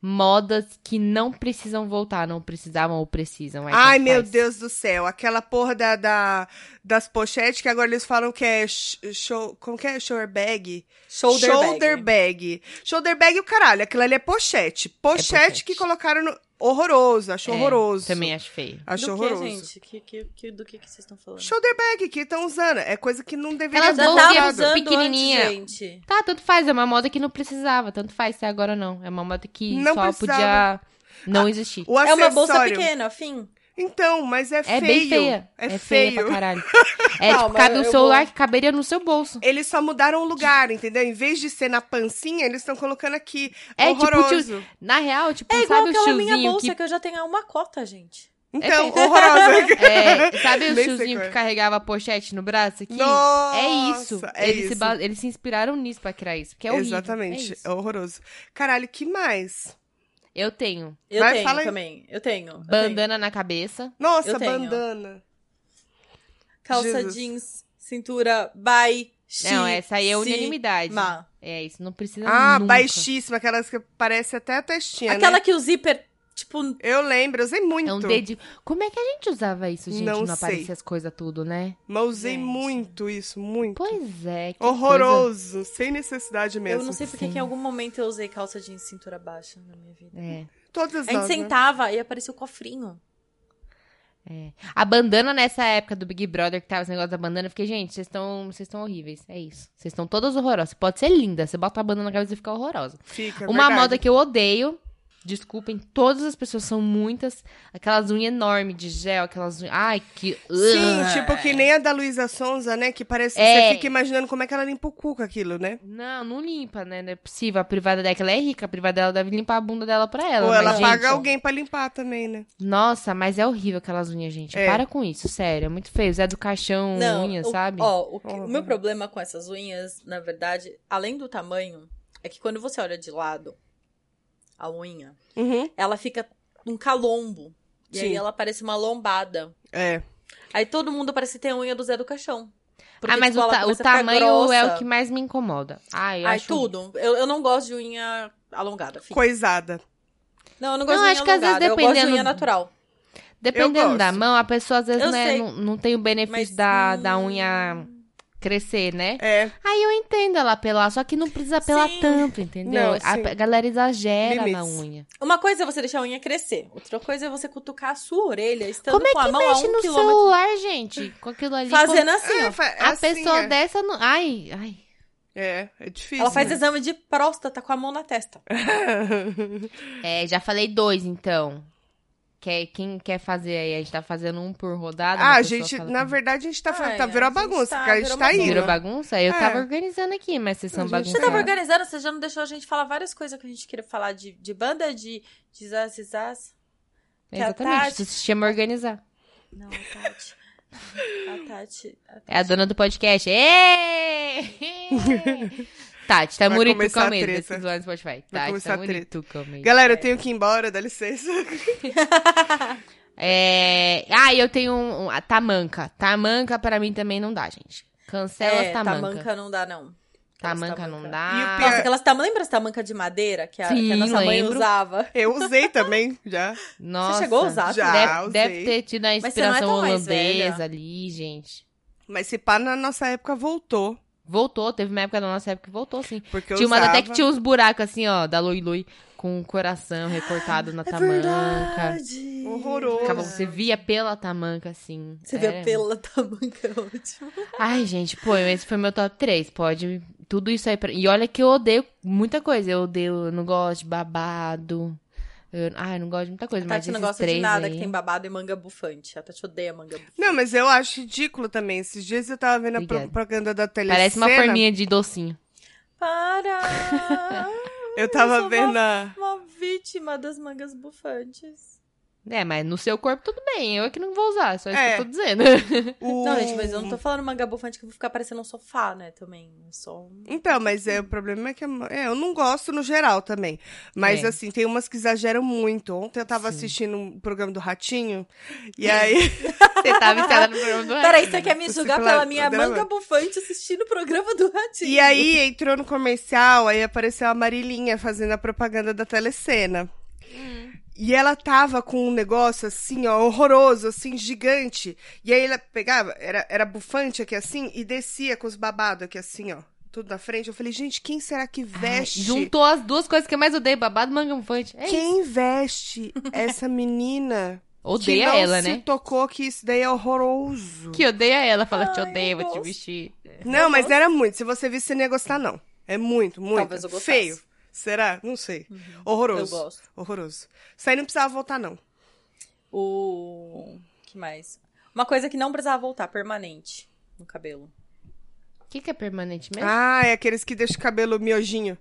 Speaker 1: modas que não precisam voltar, não precisavam ou precisam. Aí
Speaker 2: Ai,
Speaker 1: tanto
Speaker 2: meu
Speaker 1: faz.
Speaker 2: Deus do céu. Aquela porra da, da- das pochetes que agora eles falam que é sh- show. Como que é? Shower bag?
Speaker 3: Shoulder,
Speaker 2: Shoulder bag. Shoulder bag é o caralho. Aquilo ali é pochete. Pochete
Speaker 1: pochete.
Speaker 2: que colocaram no. horroroso, acho
Speaker 1: É,
Speaker 2: horroroso.
Speaker 1: Também acho feio.
Speaker 2: Acho
Speaker 3: do
Speaker 2: horroroso.
Speaker 3: que, gente? Que, que, que- do que, que vocês estão falando?
Speaker 2: Shoulder bag que estão usando. É coisa que não deveria
Speaker 1: Elas
Speaker 2: ser
Speaker 1: não
Speaker 2: usada.
Speaker 1: estavam usando. pequenininha.
Speaker 3: antes, gente.
Speaker 1: Tá, tanto faz. É uma moda que não precisava. Tanto faz se é agora não. É uma moda que
Speaker 2: Não
Speaker 1: só
Speaker 2: precisava. Ah,
Speaker 1: podia não existir.
Speaker 2: O
Speaker 3: É
Speaker 2: acessório.
Speaker 3: uma bolsa pequena, fim.
Speaker 2: Então, mas é,
Speaker 1: É
Speaker 2: feio.
Speaker 1: bem feia.
Speaker 2: É,
Speaker 1: feia
Speaker 2: feio.
Speaker 1: pra caralho. É, tipo,
Speaker 3: Calma,
Speaker 1: cabe
Speaker 3: eu-
Speaker 1: um
Speaker 3: eu
Speaker 1: celular
Speaker 3: vou-
Speaker 1: que caberia no seu bolso.
Speaker 2: Eles só mudaram o lugar, entendeu? Em vez de ser na pancinha, eles estão colocando aqui.
Speaker 1: É, tipo,
Speaker 2: horroroso.
Speaker 1: Na real, tipo,
Speaker 3: É igual
Speaker 1: sabe o
Speaker 3: aquela minha
Speaker 1: tiozinho
Speaker 3: bolsa que...
Speaker 1: que...
Speaker 3: eu já tenho há uma cota, gente.
Speaker 2: Então,
Speaker 1: É feio.
Speaker 2: horrorosa.
Speaker 1: É, sabe o
Speaker 2: Nem sei
Speaker 1: tiozinho
Speaker 2: qual é.
Speaker 1: que carregava a pochete no braço aqui?
Speaker 2: Nossa,
Speaker 1: é isso.
Speaker 2: É
Speaker 1: eles,
Speaker 2: isso.
Speaker 1: Se ba- eles se inspiraram nisso pra criar isso, porque é horrível.
Speaker 2: Exatamente.
Speaker 1: É
Speaker 2: É,
Speaker 1: isso.
Speaker 2: horroroso. Caralho, que mais?
Speaker 1: Eu tenho
Speaker 3: Eu
Speaker 2: Vai,
Speaker 3: tenho
Speaker 2: fala aí.
Speaker 3: também. Eu tenho. eu
Speaker 1: bandana na cabeça.
Speaker 2: Nossa,
Speaker 3: Eu tenho.
Speaker 2: bandana.
Speaker 3: tenho. Calça
Speaker 2: Jesus.
Speaker 3: jeans, cintura baixíssima.
Speaker 1: Não, essa aí é unanimidade. É, isso não precisa
Speaker 2: Ah,
Speaker 1: nunca.
Speaker 2: baixíssima, aquelas que parece até a testinha,
Speaker 3: Aquela
Speaker 2: né?
Speaker 3: que o zíper, tipo,
Speaker 2: Eu lembro, eu usei muito.
Speaker 1: É um dedinho. Como é que a gente usava isso, gente?
Speaker 2: Não
Speaker 1: Não,
Speaker 2: sei.
Speaker 1: aparecia as coisas tudo, né?
Speaker 2: Mas usei
Speaker 3: Gente.
Speaker 2: muito isso, muito.
Speaker 1: Pois é. que
Speaker 2: Horroroso, sem necessidade mesmo.
Speaker 3: eu não sei porque
Speaker 1: Sim.
Speaker 3: que em algum momento eu usei calça jeans cintura baixa na minha vida.
Speaker 1: coisa- É.
Speaker 2: Todas
Speaker 3: A gente tá
Speaker 2: nós, né?
Speaker 3: sentava e aparecia o cofrinho.
Speaker 1: A bandana nessa época do Big Brother, que tava esse negócio da bandana, eu fiquei, gente, vocês estão vocês estão horríveis. É isso. Vocês estão todas horrorosas. Você Pode ser linda, você bota a bandana na cabeça e fica horrorosa. Uma
Speaker 2: Fica, É verdade.
Speaker 1: moda que eu odeio. Desculpem, todas as pessoas são muitas. Aquelas unhas enormes de gel, aquelas unhas. Ai, que.
Speaker 2: Sim,
Speaker 1: Ugh.
Speaker 2: tipo que nem a da Luísa Sonza, né? Que parece que
Speaker 1: É.
Speaker 2: você fica imaginando como é que ela limpa o cu com aquilo, né?
Speaker 1: Não, não limpa, né? Não é possível. A privada dela, que ela é rica, a privada dela deve limpar a bunda dela pra ela.
Speaker 2: Ou
Speaker 1: mas,
Speaker 2: ela
Speaker 1: gente,
Speaker 2: paga alguém pra limpar também, né?
Speaker 1: Nossa, mas é horrível aquelas unhas, gente.
Speaker 2: É.
Speaker 1: Para com isso, sério. É muito feio. Zé do Caixão,
Speaker 3: Não,
Speaker 1: unha,
Speaker 3: o-
Speaker 1: sabe?
Speaker 3: Ó, o, que- o
Speaker 2: Uhum.
Speaker 3: meu problema com essas unhas, na verdade, além do tamanho, é que quando você olha de lado a unha,
Speaker 2: Uhum.
Speaker 3: ela fica um calombo. E aí
Speaker 2: Sim.
Speaker 3: ela parece uma lombada.
Speaker 2: É.
Speaker 3: Aí todo mundo parece que tem a unha do Zé do Caixão. Porque,
Speaker 1: ah, mas
Speaker 3: tipo,
Speaker 1: o,
Speaker 3: ela
Speaker 1: ta- o
Speaker 3: começa a ficar
Speaker 1: tamanho é
Speaker 3: grossa.
Speaker 1: o que mais me incomoda. Ai, eu
Speaker 3: Ai,
Speaker 1: acho...
Speaker 3: tudo. Eu, eu não gosto de unha alongada. filho.
Speaker 2: Coisada.
Speaker 3: Não, eu não gosto
Speaker 1: Não,
Speaker 3: de unha
Speaker 1: acho que às vezes
Speaker 3: alongada. eu gosto de
Speaker 1: dependendo-
Speaker 3: unha natural.
Speaker 1: Dependendo
Speaker 2: gosto.
Speaker 1: da mão, a pessoa às vezes
Speaker 3: Eu
Speaker 1: né,
Speaker 3: sei.
Speaker 1: não, não tem o benefício
Speaker 3: Mas,
Speaker 1: da, da
Speaker 3: hum,
Speaker 1: unha crescer, né?
Speaker 2: É.
Speaker 1: Aí eu entendo ela apelar, só que não precisa apelar
Speaker 3: Sim.
Speaker 1: tanto, entendeu?
Speaker 2: Não,
Speaker 1: a
Speaker 2: sim.
Speaker 1: pe- galera exagera na
Speaker 2: Limites.
Speaker 1: unha.
Speaker 3: Uma coisa é você deixar a unha crescer. Outra coisa é você cutucar a sua orelha, estando
Speaker 1: Como é
Speaker 3: com a
Speaker 1: que
Speaker 3: mão
Speaker 1: mexe
Speaker 3: a um
Speaker 1: no
Speaker 3: quilômetro.
Speaker 1: celular, gente? Com aquilo ali.
Speaker 3: Fazendo assim,
Speaker 2: É,
Speaker 3: ó.
Speaker 2: fa- é
Speaker 1: com... A
Speaker 2: assim,
Speaker 1: pessoa
Speaker 2: é.
Speaker 1: dessa não. Ai, ai.
Speaker 2: É, é difícil.
Speaker 3: Ela faz assim.
Speaker 2: né?
Speaker 3: exame de próstata com a mão na testa.
Speaker 1: É, já falei dois, então. Quer, quem quer fazer aí? A gente tá fazendo um por rodada.
Speaker 2: ah,
Speaker 1: uma
Speaker 2: a
Speaker 1: pessoa
Speaker 2: gente,
Speaker 1: fala assim.
Speaker 2: na
Speaker 1: comigo.
Speaker 2: verdade, a gente tá falando,
Speaker 3: Ai,
Speaker 2: tá, virou
Speaker 3: a
Speaker 2: a
Speaker 3: gente
Speaker 2: bagunça,
Speaker 3: tá-
Speaker 2: cara, a gente
Speaker 3: virou
Speaker 2: tá
Speaker 3: bagunça.
Speaker 2: indo.
Speaker 1: Virou bagunça? Eu
Speaker 2: É.
Speaker 1: tava organizando aqui, mas vocês
Speaker 2: A
Speaker 1: são
Speaker 2: gente tá
Speaker 1: bagunçados.
Speaker 3: Você tava organizando, você já não deixou a gente falar várias coisas que a gente queria falar de, de banda, de, de zaz, de zaz. Que a
Speaker 2: Tá,
Speaker 1: Exatamente,
Speaker 3: Tati-
Speaker 1: isso se chama organizar.
Speaker 3: Não, a Tati. A Tati. a Tati.
Speaker 1: É a dona do podcast. Ê! Tati, tá
Speaker 2: Vai
Speaker 1: muritu
Speaker 2: começar a
Speaker 1: Calmeida,
Speaker 2: treta.
Speaker 1: pesquisou lá no Spotify.
Speaker 2: Vai
Speaker 1: Tati,
Speaker 2: começar
Speaker 1: tá
Speaker 2: a treta.
Speaker 1: muritu Calmeida.
Speaker 2: Galera, eu tenho que ir embora, dá licença.
Speaker 1: É... Ah, eu tenho um, um- a tamanca. Tamanca pra mim também não dá, gente. Cancela
Speaker 3: É,
Speaker 1: as tamanca.
Speaker 3: tamanca não dá, não. Aquelas
Speaker 1: Tamanca não dá.
Speaker 2: E o pior-
Speaker 3: Nossa, aquelas tamanca. Lembra as tamanca de madeira que a, que a
Speaker 1: Sim,
Speaker 3: nossa mãe
Speaker 1: lembro. É
Speaker 3: usava?
Speaker 2: Eu usei também, já.
Speaker 1: Nossa.
Speaker 3: Você chegou a usar?
Speaker 2: Já.
Speaker 3: também?
Speaker 1: Deve,
Speaker 2: usei.
Speaker 1: deve ter tido a
Speaker 3: Mas você não é
Speaker 1: inspiração
Speaker 3: tão mais
Speaker 1: holandesa
Speaker 3: velha.
Speaker 1: ali, gente.
Speaker 2: Mas se pá, na nossa época voltou.
Speaker 1: Voltou, teve uma época da nossa época que voltou, sim.
Speaker 2: Porque eu
Speaker 1: tinha umas
Speaker 2: usava.
Speaker 1: até que tinha uns buracos assim, ó, da Lui Lui, com o coração recortado na tamanca.
Speaker 3: É verdade.
Speaker 2: Horroroso.
Speaker 1: Ficava, você via pela tamanca, assim.
Speaker 3: Você vê
Speaker 1: Era-
Speaker 3: pela tamanca, é ótimo.
Speaker 1: Ai, gente, pô, esse foi meu top 3. Pode. Tudo isso aí pra. E olha que eu odeio muita coisa. Eu odeio, eu não gosto de babado. Eu... Ai, eu não gosto de muita coisa.
Speaker 3: A
Speaker 1: mas
Speaker 3: Tati não
Speaker 1: esses
Speaker 3: gosta de
Speaker 1: três
Speaker 3: nada
Speaker 1: aí...
Speaker 3: que tem babado e manga bufante. A Tati odeia manga bufante.
Speaker 2: Não, mas eu acho ridículo também. Esses dias eu tava vendo a
Speaker 1: Obrigada.
Speaker 2: propaganda da Telecena.
Speaker 1: Parece uma forminha de docinho.
Speaker 3: Para!
Speaker 2: Eu
Speaker 3: Eu
Speaker 2: tava
Speaker 3: sou
Speaker 2: vendo a...
Speaker 3: Uma vítima das mangas bufantes.
Speaker 1: É, mas no seu corpo tudo bem. Eu é que não vou usar, só isso
Speaker 2: É.
Speaker 1: que eu tô dizendo.
Speaker 2: o-
Speaker 3: Não, gente, mas eu não tô falando manga bufante que eu vou ficar parecendo um sofá, né? Também. Um som.
Speaker 2: Então, mas é, o problema é que a- é, eu não gosto no geral também. Mas,
Speaker 1: É.
Speaker 2: assim, tem umas que exageram muito. Ontem eu tava
Speaker 1: Sim. É.
Speaker 2: assistindo um programa do Ratinho, e aí...
Speaker 1: Você tá viciada no programa do
Speaker 3: Peraí, você quer me
Speaker 2: Você
Speaker 3: julgar
Speaker 2: fala-
Speaker 3: pela minha
Speaker 2: Adela-
Speaker 3: manga bufante assistindo o programa do Ratinho?
Speaker 2: e é aí entrou no comercial, aí apareceu a Marilinha fazendo a propaganda da Telecena.
Speaker 1: Hum.
Speaker 2: E ela tava com um negócio assim, ó, horroroso, assim, gigante. E aí ela pegava, era, era bufante aqui assim, e descia com os babados aqui assim, ó. tudo na frente. Eu falei, gente, quem será que
Speaker 1: Ai,
Speaker 2: veste?
Speaker 1: Juntou as duas coisas que eu mais odeio, babado e manga mufante. É isso.
Speaker 2: Quem veste essa menina?
Speaker 1: Odeia
Speaker 2: que não
Speaker 1: ela,
Speaker 2: se
Speaker 1: né?
Speaker 2: tocou que isso daí é horroroso.
Speaker 1: Que odeia ela, fala, te
Speaker 3: Ai,
Speaker 1: odeio,
Speaker 3: eu
Speaker 1: vou te
Speaker 3: gosto.
Speaker 1: vestir.
Speaker 2: Não, mas era muito. Se você visse, você não ia gostar, não. É muito, muito.
Speaker 3: Talvez eu gostasse.
Speaker 2: Feio. Será? Não sei.
Speaker 3: Eu
Speaker 2: Horroroso.
Speaker 3: gosto.
Speaker 2: Horroroso. Isso aí não precisava voltar, não.
Speaker 3: O. que mais? Uma coisa que não precisava voltar, permanente no cabelo.
Speaker 1: O que, que é permanente mesmo?
Speaker 2: Ah, é aqueles que deixam o cabelo miojinho.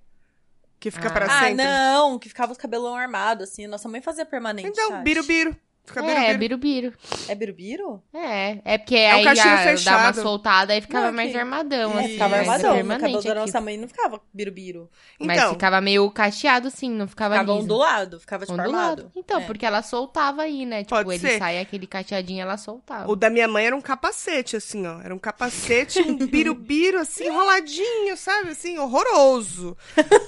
Speaker 2: Que fica
Speaker 1: Ah.
Speaker 2: pra
Speaker 3: ah,
Speaker 2: sempre.
Speaker 3: não! Que ficava os cabelão armado, assim. Nossa mãe fazia permanente.
Speaker 2: Então,
Speaker 3: Tati.
Speaker 2: birubiru. Fica
Speaker 1: é,
Speaker 2: birubiru.
Speaker 1: birubiru.
Speaker 3: É birubiru?
Speaker 1: É, é porque
Speaker 2: um
Speaker 1: aí
Speaker 2: cachinho
Speaker 1: a- dá uma
Speaker 2: fechado.
Speaker 1: soltada e ficava
Speaker 3: Não,
Speaker 1: mais
Speaker 3: aqui.
Speaker 1: armadão,
Speaker 2: É,
Speaker 1: assim.
Speaker 3: ficava
Speaker 1: mas é
Speaker 3: armadão. O
Speaker 1: permanente
Speaker 3: cabelo da
Speaker 1: aqui.
Speaker 3: nossa mãe não ficava birubiru.
Speaker 1: Mas
Speaker 2: Então,
Speaker 1: ficava meio cacheado, sim, não ficava,
Speaker 3: Ficava
Speaker 1: liso.
Speaker 3: ondulado, ficava tipo armado.
Speaker 1: Então,
Speaker 3: É.
Speaker 1: porque ela soltava aí, né? Tipo,
Speaker 2: Pode
Speaker 1: ele
Speaker 2: ser.
Speaker 1: sai aquele cacheadinho, ela soltava.
Speaker 2: o da minha mãe era um capacete, assim, ó. Era um capacete, um birubiru, assim, enroladinho, sabe? Assim, horroroso.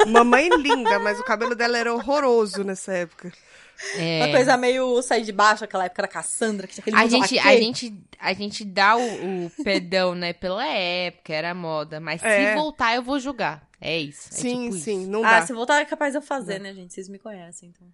Speaker 2: Mamãe linda, mas o cabelo dela era horroroso nessa época.
Speaker 1: É.
Speaker 3: Uma coisa meio sair de baixo, aquela época era Cassandra, que tinha aquele
Speaker 1: A
Speaker 3: visual
Speaker 1: gente, a
Speaker 3: aquele.
Speaker 1: gente, a gente dá o, o pedão, né? Pela época, era moda. Mas se
Speaker 2: É.
Speaker 1: voltar, eu vou julgar. É isso. é
Speaker 2: sim,
Speaker 1: tipo
Speaker 2: sim,
Speaker 1: isso.
Speaker 2: não
Speaker 3: Ah,
Speaker 2: dá.
Speaker 3: se voltar é capaz de eu fazer, né, gente? Vocês me conhecem, então.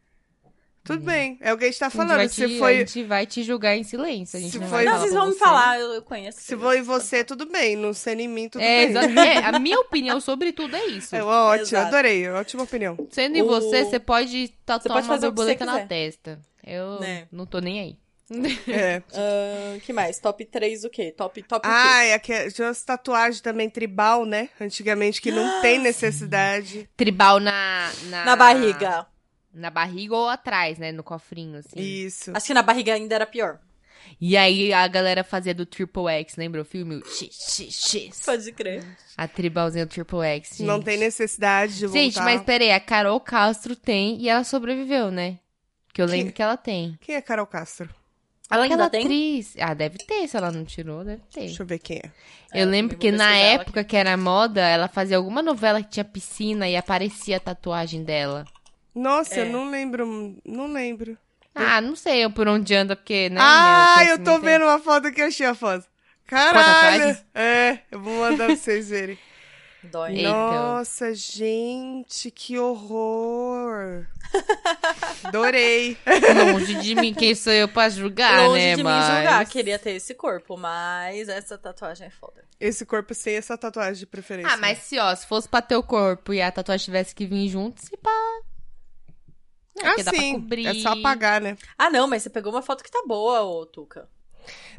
Speaker 2: Tudo bem, é o que a gente tá
Speaker 1: a, gente
Speaker 2: falando.
Speaker 1: vai
Speaker 2: Se
Speaker 1: te, a
Speaker 2: foi,
Speaker 1: gente vai te julgar em silêncio. A gente
Speaker 2: Se
Speaker 1: não vai
Speaker 2: foi-
Speaker 3: não,
Speaker 1: falar
Speaker 3: vocês
Speaker 1: pra
Speaker 3: vão me
Speaker 1: você.
Speaker 3: falar, eu, eu conheço.
Speaker 2: se foi você, tudo bem. Não sendo em mim, tudo
Speaker 1: É,
Speaker 2: bem.
Speaker 1: exa- é, a minha opinião sobre tudo é isso.
Speaker 2: É ótimo,
Speaker 3: Exato.
Speaker 2: adorei. Ótima opinião.
Speaker 1: Sendo em
Speaker 3: O-
Speaker 1: você, você pode tá, tatuar
Speaker 3: pode
Speaker 1: uma
Speaker 3: fazer o que você
Speaker 1: borboleta na
Speaker 3: quiser.
Speaker 1: testa. Eu
Speaker 3: Né.
Speaker 1: não tô nem aí.
Speaker 2: É.
Speaker 3: Ah, que mais? Top 3 o quê? Top, top o quê?
Speaker 2: Ah, é que tinha umas tatuagens também tribal, né? Antigamente, que não tem necessidade.
Speaker 1: Tribal na, na...
Speaker 3: Na barriga.
Speaker 1: Na barriga ou atrás, né? No cofrinho, assim. E,
Speaker 2: Isso.
Speaker 3: Acho que na barriga ainda era pior.
Speaker 1: aí a galera fazia do Triple X, lembra o filme? O X, X, X.
Speaker 3: Pode crer.
Speaker 1: A tribalzinha do Triple X, gente.
Speaker 2: Não tem necessidade de voltar.
Speaker 1: Gente, mas tá peraí, a Carol Castro tem e ela sobreviveu, né? Que eu
Speaker 2: Que-
Speaker 1: lembro que ela tem.
Speaker 2: Quem é Carol Castro?
Speaker 3: Ela ainda
Speaker 1: Aquela
Speaker 3: tem?
Speaker 1: atriz. Ah, deve ter, se ela não tirou, deve ter.
Speaker 2: Deixa eu ver quem é.
Speaker 3: É,
Speaker 1: Eu lembro
Speaker 3: eu vou
Speaker 1: que na
Speaker 3: pesquisar ela
Speaker 1: época que era moda, ela fazia alguma novela que tinha piscina e aparecia a tatuagem dela.
Speaker 2: Nossa,
Speaker 3: É.
Speaker 2: eu não lembro. Não lembro.
Speaker 1: Ah, não sei eu por onde anda, porque, né?
Speaker 2: ah,
Speaker 1: meu
Speaker 2: eu tô
Speaker 1: conhecimento é-
Speaker 2: vendo uma foto que eu achei a foto.
Speaker 1: tatuagens?
Speaker 2: Caralho! É, eu vou mandar pra vocês verem.
Speaker 3: Dói.
Speaker 1: Eita.
Speaker 2: Nossa, gente, que horror! Adorei.
Speaker 1: é Longe de mim, quem sou eu pra julgar,
Speaker 3: Longe
Speaker 1: né,
Speaker 3: de
Speaker 1: mas...
Speaker 3: mim julgar, queria ter esse corpo, mas essa tatuagem é foda.
Speaker 2: Esse corpo sem essa tatuagem de preferência.
Speaker 1: Ah, mas se, ó, se fosse pra teu corpo e a tatuagem tivesse que vir junto, se pá... Né,
Speaker 2: Ah,
Speaker 1: porque dá pra
Speaker 2: sim.
Speaker 1: cobrir.
Speaker 2: É só apagar, né?
Speaker 3: Ah, não, mas você pegou uma foto que tá boa, ô Tuca.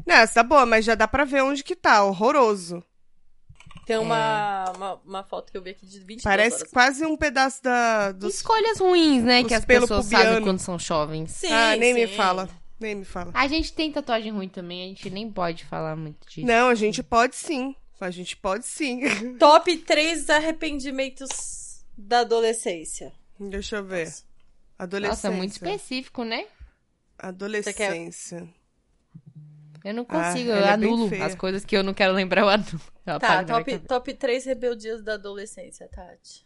Speaker 2: Não, essa tá boa, mas já dá pra ver onde que tá. Horroroso.
Speaker 1: É.
Speaker 3: Tem uma, uma, uma foto que eu vi aqui de 20
Speaker 2: Parece
Speaker 3: horas.
Speaker 2: quase um pedaço da, dos...
Speaker 1: Escolhas ruins, né,
Speaker 2: dos
Speaker 1: que as
Speaker 2: pelo
Speaker 1: pessoas fazem
Speaker 2: pubiano.
Speaker 1: quando são jovens.
Speaker 3: Sim,
Speaker 2: ah, nem me
Speaker 3: sim.
Speaker 2: fala. Nem me fala.
Speaker 1: A gente tem tatuagem ruim também, a gente nem pode falar muito disso.
Speaker 2: Não, a gente pode sim. A gente pode sim.
Speaker 3: Top 3 arrependimentos da adolescência.
Speaker 2: Deixa eu ver. Adolescência.
Speaker 1: Nossa, é muito específico, né?
Speaker 2: Adolescência.
Speaker 1: Eu não
Speaker 2: Ah,
Speaker 1: consigo, eu
Speaker 2: ela é bem
Speaker 1: anulo
Speaker 2: feia.
Speaker 1: as coisas que eu não quero lembrar, eu anulo. Eu apago da
Speaker 3: Tá,
Speaker 1: minha
Speaker 2: É,
Speaker 3: top,
Speaker 1: cabeça.
Speaker 3: top 3 rebeldias da adolescência, Tati.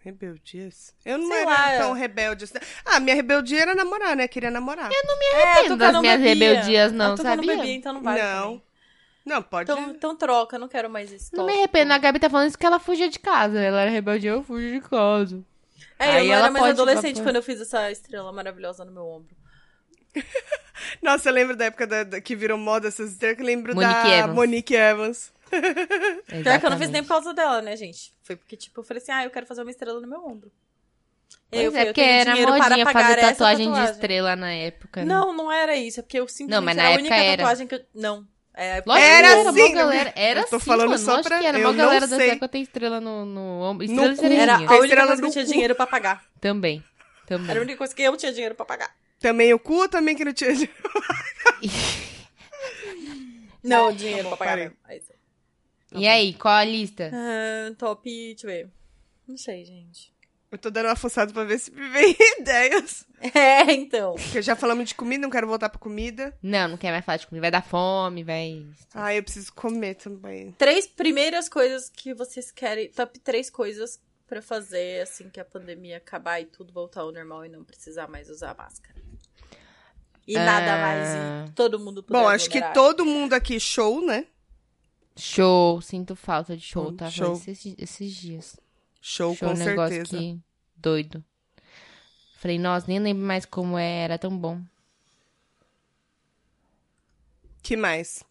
Speaker 2: Rebeldias? Eu não
Speaker 3: Sei
Speaker 2: era
Speaker 3: lá,
Speaker 2: tão
Speaker 3: eu-
Speaker 2: rebelde. assim. Ah, minha rebeldia era namorar, né? Queria namorar.
Speaker 3: É,
Speaker 1: entendo das minhas rebeldias, não,
Speaker 3: a Tuca
Speaker 1: sabia?
Speaker 3: não bebia, então não vale
Speaker 2: Não.
Speaker 3: também.
Speaker 2: Não, pode...
Speaker 3: Então, então troca, eu não quero mais esse
Speaker 1: Não me
Speaker 2: Então,
Speaker 3: tópico.
Speaker 2: tipo
Speaker 1: arrependo, a Gabi tá falando isso que ela fugia de casa. Ela era rebelde, eu fugi de casa.
Speaker 3: É,
Speaker 1: Aí
Speaker 3: eu não
Speaker 1: ela
Speaker 3: era mais
Speaker 1: pode
Speaker 3: adolescente
Speaker 1: vapor.
Speaker 3: quando eu fiz essa estrela maravilhosa no meu ombro.
Speaker 2: Nossa, eu lembro da época da- da- que virou moda essas estrelas, que eu lembro
Speaker 1: Monique
Speaker 2: da
Speaker 1: Evans.
Speaker 2: Monique Evans.
Speaker 3: Pior que eu não fiz nem por causa dela, né, gente? Foi porque, tipo, eu falei assim, ah, eu quero fazer uma estrela no meu ombro. E aí
Speaker 1: Pois
Speaker 3: falei,
Speaker 1: é, porque
Speaker 3: tenho
Speaker 1: era
Speaker 3: dinheiro para
Speaker 1: modinha
Speaker 3: pagar
Speaker 1: fazer
Speaker 3: essa
Speaker 1: tatuagem, de estrela na época. né?
Speaker 3: Não, não era isso. É porque eu simplesmente
Speaker 1: Não, mas na
Speaker 3: era a
Speaker 1: época
Speaker 3: única
Speaker 1: era.
Speaker 3: tatuagem que eu... Não. É,
Speaker 1: Lógico
Speaker 2: Era
Speaker 1: que era
Speaker 2: assim,
Speaker 1: uma galera. Era
Speaker 2: Eu tô
Speaker 1: sim,
Speaker 2: falando
Speaker 1: mano,
Speaker 2: só
Speaker 1: lógico
Speaker 2: pra-
Speaker 1: que era. Uma
Speaker 2: eu não
Speaker 1: galera da
Speaker 2: sei.
Speaker 1: época tem estrela no, no ombro. Estrela
Speaker 2: No
Speaker 1: de
Speaker 2: cu.
Speaker 1: cerejinha.
Speaker 3: Era a
Speaker 2: Fez
Speaker 3: única
Speaker 2: estrela
Speaker 3: coisa que eu
Speaker 2: no
Speaker 3: tinha
Speaker 2: cu.
Speaker 3: dinheiro pra pagar.
Speaker 1: Também.
Speaker 3: Era a
Speaker 1: Também.
Speaker 3: única coisa que eu tinha dinheiro pra pagar.
Speaker 2: Também o cu, também que não tinha...
Speaker 3: Não, dinheiro
Speaker 2: bom,
Speaker 3: pra pagar.
Speaker 2: parei.
Speaker 3: mesmo. Aí, tá.
Speaker 1: E aí, qual a lista?
Speaker 3: Ah, top, deixa eu ver. Não sei, gente.
Speaker 2: Eu tô dando uma fuçada pra ver se me vem ideias.
Speaker 3: É, então.
Speaker 2: Porque já falamos de comida, não quero voltar pra comida.
Speaker 1: Não, não quer mais falar de comida. Vai dar fome, vai.
Speaker 2: Ah, eu preciso comer também.
Speaker 3: Três primeiras coisas que vocês querem. Top três coisas pra fazer assim que a pandemia acabar e tudo voltar ao normal e não precisar mais usar máscara. E
Speaker 1: Ah.
Speaker 3: nada
Speaker 1: É.
Speaker 3: mais. E todo mundo puder
Speaker 2: Bom, acho que
Speaker 3: aglomerar.
Speaker 2: todo mundo aqui show, né?
Speaker 1: Show, sinto falta de show,
Speaker 2: Hum,
Speaker 1: tá?
Speaker 2: show.
Speaker 1: Show. Esses, esses dias.
Speaker 2: Show,
Speaker 1: Show
Speaker 2: com
Speaker 1: um negócio
Speaker 2: certeza.
Speaker 1: que doido. Falei, nossa, nem lembro mais como é, era tão bom.
Speaker 2: Que mais?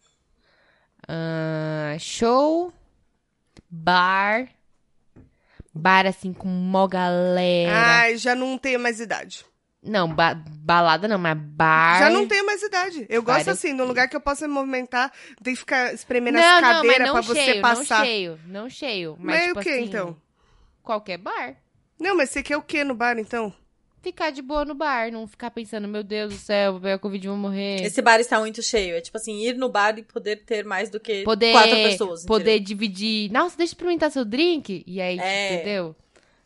Speaker 1: Ah, show, bar, bar assim com mó galera.
Speaker 2: Ai, já não tenho mais idade.
Speaker 1: Não, ba- balada não, mas bar.
Speaker 2: Já não tenho mais idade. Eu gosto
Speaker 1: Parece-
Speaker 2: assim, de um lugar que eu possa me movimentar, tem que ficar espremendo
Speaker 1: Não,
Speaker 2: as
Speaker 1: não, mas
Speaker 2: cadeiras
Speaker 1: não
Speaker 2: pra
Speaker 1: cheio,
Speaker 2: você passar.
Speaker 1: não cheio, não cheio. Mas,
Speaker 2: Mas
Speaker 1: tipo
Speaker 2: o que,
Speaker 1: assim,
Speaker 2: então?
Speaker 1: Qualquer bar.
Speaker 2: Não, mas você quer o quê no bar, então?
Speaker 1: Ficar de boa no bar, não ficar pensando, meu Deus do céu, vou pegar Covid e vou morrer.
Speaker 3: Esse bar está muito cheio. É tipo assim, ir no bar e poder ter mais do que
Speaker 1: poder,
Speaker 3: quatro pessoas.
Speaker 1: poder dividir. Nossa, deixa eu experimentar seu drink. E aí,
Speaker 3: É.
Speaker 1: entendeu?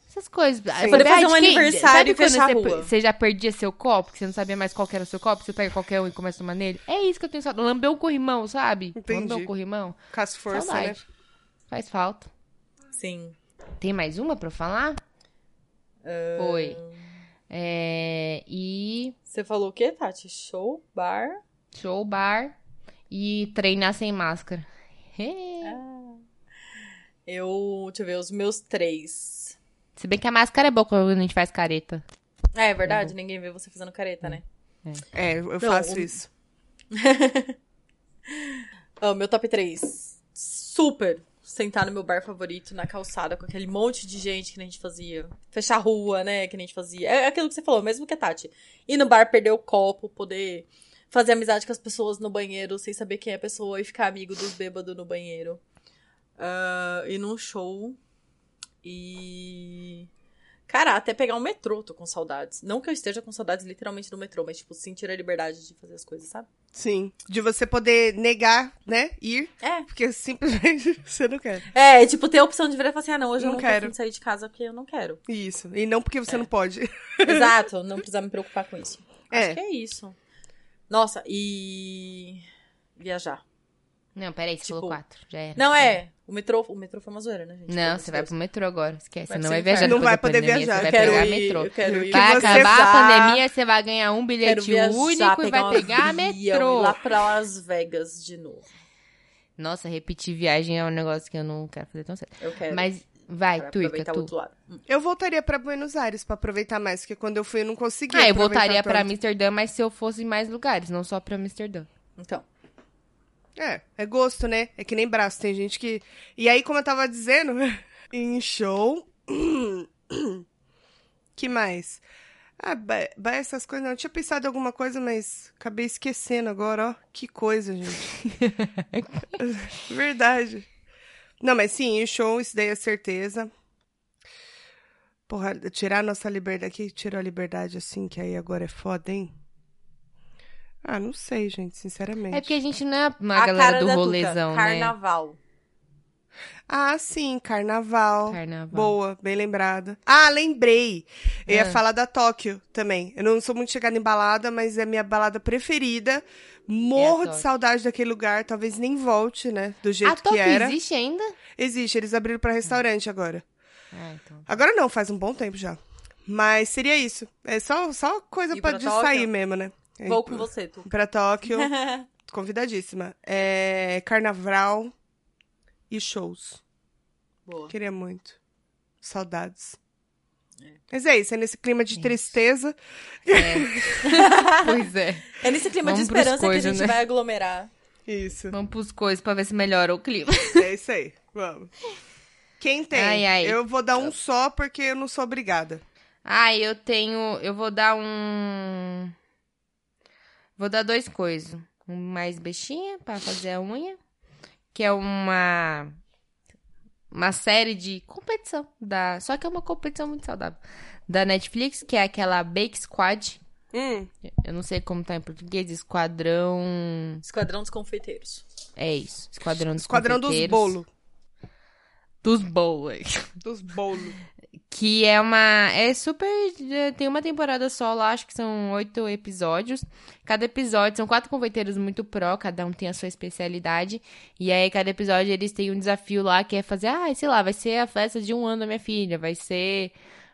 Speaker 1: Essas coisas. Você
Speaker 3: poder fazer um aniversário e fechar a
Speaker 1: você,
Speaker 3: rua.
Speaker 1: você já perdia seu copo, que você não sabia mais qual que era o seu copo, você pega qualquer um e começa a tomar nele? É isso que eu tenho saudade. Lambeu o corrimão, sabe?
Speaker 2: Entendi.
Speaker 1: Lambeu o corrimão.
Speaker 2: Com as forças, né?
Speaker 1: saudade. Faz falta.
Speaker 3: entendeu? Sim.
Speaker 1: Tem mais uma pra eu falar? Foi. É, e
Speaker 3: Você falou o quê, Tati? Show, bar.
Speaker 1: show, bar e treinar sem máscara.
Speaker 3: Ah. Eu, deixa eu ver, os meus três.
Speaker 1: Se bem que a máscara é boa quando a gente faz careta.
Speaker 3: É, é verdade, ninguém vê você fazendo careta, né?
Speaker 2: É, eu faço
Speaker 3: o-
Speaker 2: isso.
Speaker 3: Ó, meu top 3. Super. Sentar no meu bar favorito, na calçada, com aquele monte de gente que nem a gente fazia. Fechar a rua, né? Que nem a gente fazia. É aquilo que você falou, mesmo que a Tati. Ir no bar, perder o copo, poder fazer amizade com as pessoas no banheiro, sem saber quem é a pessoa e ficar amigo dos bêbados no banheiro. Ah, ir num show. E. Cara, até pegar um metrô, tô com saudades. Não que eu esteja com saudades literalmente do metrô, mas, tipo, sentir a liberdade de fazer as coisas, sabe?
Speaker 2: Sim. De você poder negar, né? Ir,
Speaker 3: É,
Speaker 2: porque simplesmente você não quer.
Speaker 3: É, tipo, ter a opção de virar e falar assim, ah, não, hoje eu
Speaker 2: Não
Speaker 3: não quero
Speaker 2: quero.
Speaker 3: sair de casa porque eu não quero.
Speaker 2: Isso. E não porque
Speaker 1: É.
Speaker 2: você não pode.
Speaker 3: Exato, não precisar me preocupar com isso. Acho
Speaker 2: É.
Speaker 3: que é isso. Nossa, e... Viajar.
Speaker 1: Não, peraí, você
Speaker 3: Tipo,
Speaker 1: falou quatro. Já era.
Speaker 3: Não, é, o metrô, o metrô foi uma zoeira, né, gente?
Speaker 1: Não,
Speaker 3: Todas
Speaker 1: você
Speaker 3: as
Speaker 1: vai pro
Speaker 3: coisas.
Speaker 1: metrô agora. Esquece.
Speaker 3: Vai
Speaker 1: você não
Speaker 3: ser
Speaker 1: vai
Speaker 3: inferno.
Speaker 1: viajar
Speaker 2: Não
Speaker 1: depois
Speaker 2: vai
Speaker 1: da
Speaker 2: poder
Speaker 1: pandemia,
Speaker 2: viajar.
Speaker 1: Você vai
Speaker 3: Eu quero
Speaker 1: pegar
Speaker 3: ir,
Speaker 1: metrô.
Speaker 3: eu quero ir.
Speaker 1: Vai
Speaker 2: você tá.
Speaker 1: acabar
Speaker 2: vá-
Speaker 1: a pandemia, você vai ganhar um bilhete
Speaker 3: Quero viajar,
Speaker 1: único e vai
Speaker 3: pegar um
Speaker 1: pegar
Speaker 3: avião e ir
Speaker 1: metrô.
Speaker 3: lá pra Las Vegas de novo.
Speaker 1: Nossa, repetir viagem é um negócio que eu não quero fazer tão certo.
Speaker 3: Eu quero.
Speaker 1: Mas vai,
Speaker 3: pra
Speaker 1: Tuica,
Speaker 3: aproveitar o
Speaker 1: tu. Ah,
Speaker 3: outro lado. Hum.
Speaker 2: Eu voltaria pra Buenos Aires pra aproveitar mais, porque quando eu fui eu não consegui.
Speaker 1: Ah, eu
Speaker 2: aproveitar
Speaker 1: voltaria pra
Speaker 2: tanto.
Speaker 1: Amsterdã, mas se eu fosse em mais lugares, não só pra Amsterdã.
Speaker 3: Então,
Speaker 2: É, é gosto, né? É que nem braço, tem gente que. E aí, como eu tava dizendo, em show. que mais? Ah, ba- ba- essas coisas. Não, eu tinha pensado em alguma coisa, mas acabei esquecendo agora, ó. Que coisa, gente. Verdade. Não, mas sim, em show, isso daí é certeza. Porra, tirar a nossa liberdade. Quem tirou a liberdade assim, que aí agora é foda, hein? Ah, não sei, gente, sinceramente.
Speaker 1: É porque a gente não é uma
Speaker 3: a
Speaker 1: galera
Speaker 3: cara
Speaker 1: do
Speaker 3: da
Speaker 1: rolezão,
Speaker 3: Tuca,
Speaker 1: né?
Speaker 3: carnaval.
Speaker 2: Ah, sim, carnaval.
Speaker 1: Carnaval.
Speaker 2: Boa, bem lembrada. Ah, lembrei. Eu ia
Speaker 1: Ah.
Speaker 2: falar da Tóquio também. Eu não sou muito chegada em balada, mas é minha balada preferida. Morro de
Speaker 1: Tóquio.
Speaker 2: saudade daquele lugar. Talvez nem volte, né? Do jeito
Speaker 1: A Tóquio
Speaker 2: que era.
Speaker 1: existe ainda?
Speaker 2: Existe, eles abriram pra restaurante agora.
Speaker 1: Ah, então.
Speaker 2: Agora não, faz um bom tempo já. Mas seria isso. É só, só coisa
Speaker 3: Ir
Speaker 2: pra
Speaker 3: pra
Speaker 2: de
Speaker 3: Tóquio?
Speaker 2: sair mesmo, né?
Speaker 3: Vou com você, Tuca.
Speaker 2: Pra Tóquio, convidadíssima. É, carnaval e shows.
Speaker 3: Boa.
Speaker 2: Queria muito. Saudades. Mas é isso, é nesse clima de tristeza.
Speaker 1: Pois é.
Speaker 3: É nesse clima
Speaker 1: Vamos
Speaker 3: de
Speaker 1: pros
Speaker 3: esperança
Speaker 1: coisa,
Speaker 3: que a gente
Speaker 1: né?
Speaker 3: vai aglomerar.
Speaker 2: Isso.
Speaker 1: Vamos pros coisas pra ver se melhora o clima.
Speaker 2: É isso aí. Vamos. Quem tem?
Speaker 1: Ai, ai.
Speaker 2: Eu vou dar um só porque eu não sou obrigada.
Speaker 1: Ah, eu tenho. Eu vou dar um. Vou dar dois coisas. Um mais bexinha pra fazer a unha. Que é uma. Uma série de competição. Da, só que é uma competição muito saudável. Da Netflix, que é aquela Bake Squad.
Speaker 2: Hum,
Speaker 1: Eu não sei como tá em português. Esquadrão.
Speaker 3: Esquadrão dos confeiteiros.
Speaker 1: É isso. Esquadrão dos
Speaker 2: Esquadrão dos
Speaker 1: Confeiteiros.
Speaker 2: bolos.
Speaker 1: Dos bolos.
Speaker 2: Dos bolos.
Speaker 1: Que é uma. É super. é, Tem uma temporada só lá, acho que são oito episódios. Cada episódio são quatro confeiteiros muito pró, cada um tem a sua especialidade. E aí, cada episódio eles têm um desafio lá que é fazer, ah, sei lá, vai ser a festa de um ano da minha filha, vai ser.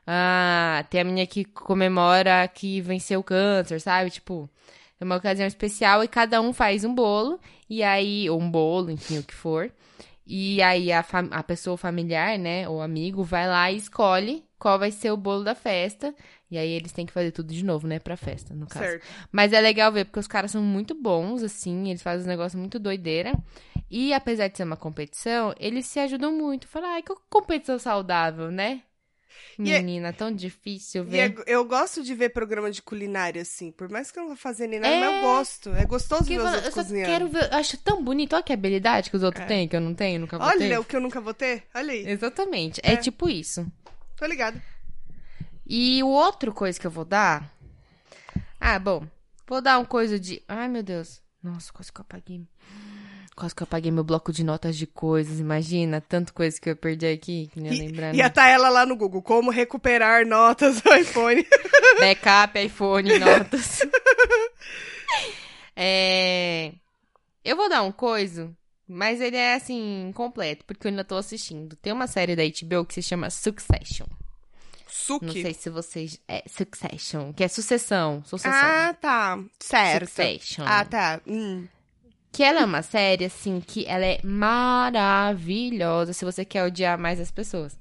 Speaker 1: Ah, tem a menina que comemora que venceu o câncer, sabe? Tipo. É uma ocasião especial e cada um faz um bolo, e aí, ou um bolo, enfim, o que for. E aí a, fam- a pessoa familiar, né, ou amigo, vai lá e escolhe qual vai ser o bolo da festa. E aí eles têm que fazer tudo de novo, né, pra festa, no caso.
Speaker 2: Certo.
Speaker 1: Mas é legal ver, porque os caras são muito bons, assim, eles fazem um negócio muito doideira. E apesar de ser uma competição, eles se ajudam muito. Falam, ai, que competição saudável, né?
Speaker 2: E é-
Speaker 1: Menina, tão difícil
Speaker 2: E
Speaker 1: ver.
Speaker 2: é go- eu gosto de ver programa de culinária, assim. Por mais que eu não vá fazer nem nada,
Speaker 1: É.
Speaker 2: mas eu gosto. É gostoso
Speaker 1: Porque
Speaker 2: ver
Speaker 1: eu,
Speaker 2: os
Speaker 1: falo,
Speaker 2: outros
Speaker 1: eu só
Speaker 2: cozinhando.
Speaker 1: quero ver, eu acho tão bonito, olha que habilidade que os outros
Speaker 2: É.
Speaker 1: têm, que eu não tenho, nunca vou ter.
Speaker 2: Olha o que eu nunca vou ter. Olha aí.
Speaker 1: Exatamente, é.
Speaker 2: É.
Speaker 1: tipo isso.
Speaker 2: Tô ligado.
Speaker 1: E o outro coisa que eu vou dar... Ah, bom, vou dar um coisa de... Ai, meu Deus. Nossa, quase que eu apaguei. Quase que eu apaguei meu bloco de notas de coisas, imagina. Tanto coisa que eu perdi aqui, que nem ia lembrar. né?
Speaker 2: E, e a Taela lá no Google. Como recuperar notas do iPhone.
Speaker 1: Backup, iPhone, notas. É, Eu vou dar um coisa, mas ele é assim, completo, porque eu ainda tô assistindo. Tem uma série da HBO que se chama Succession. Não
Speaker 2: Suki.
Speaker 1: sei se vocês. É Succession, que é sucessão. Sucessão.
Speaker 2: Ah, tá. Certo.
Speaker 1: Succession.
Speaker 2: Ah, tá. Hum.
Speaker 1: Que ela é uma série, assim, que ela é maravilhosa se você quer odiar mais as pessoas.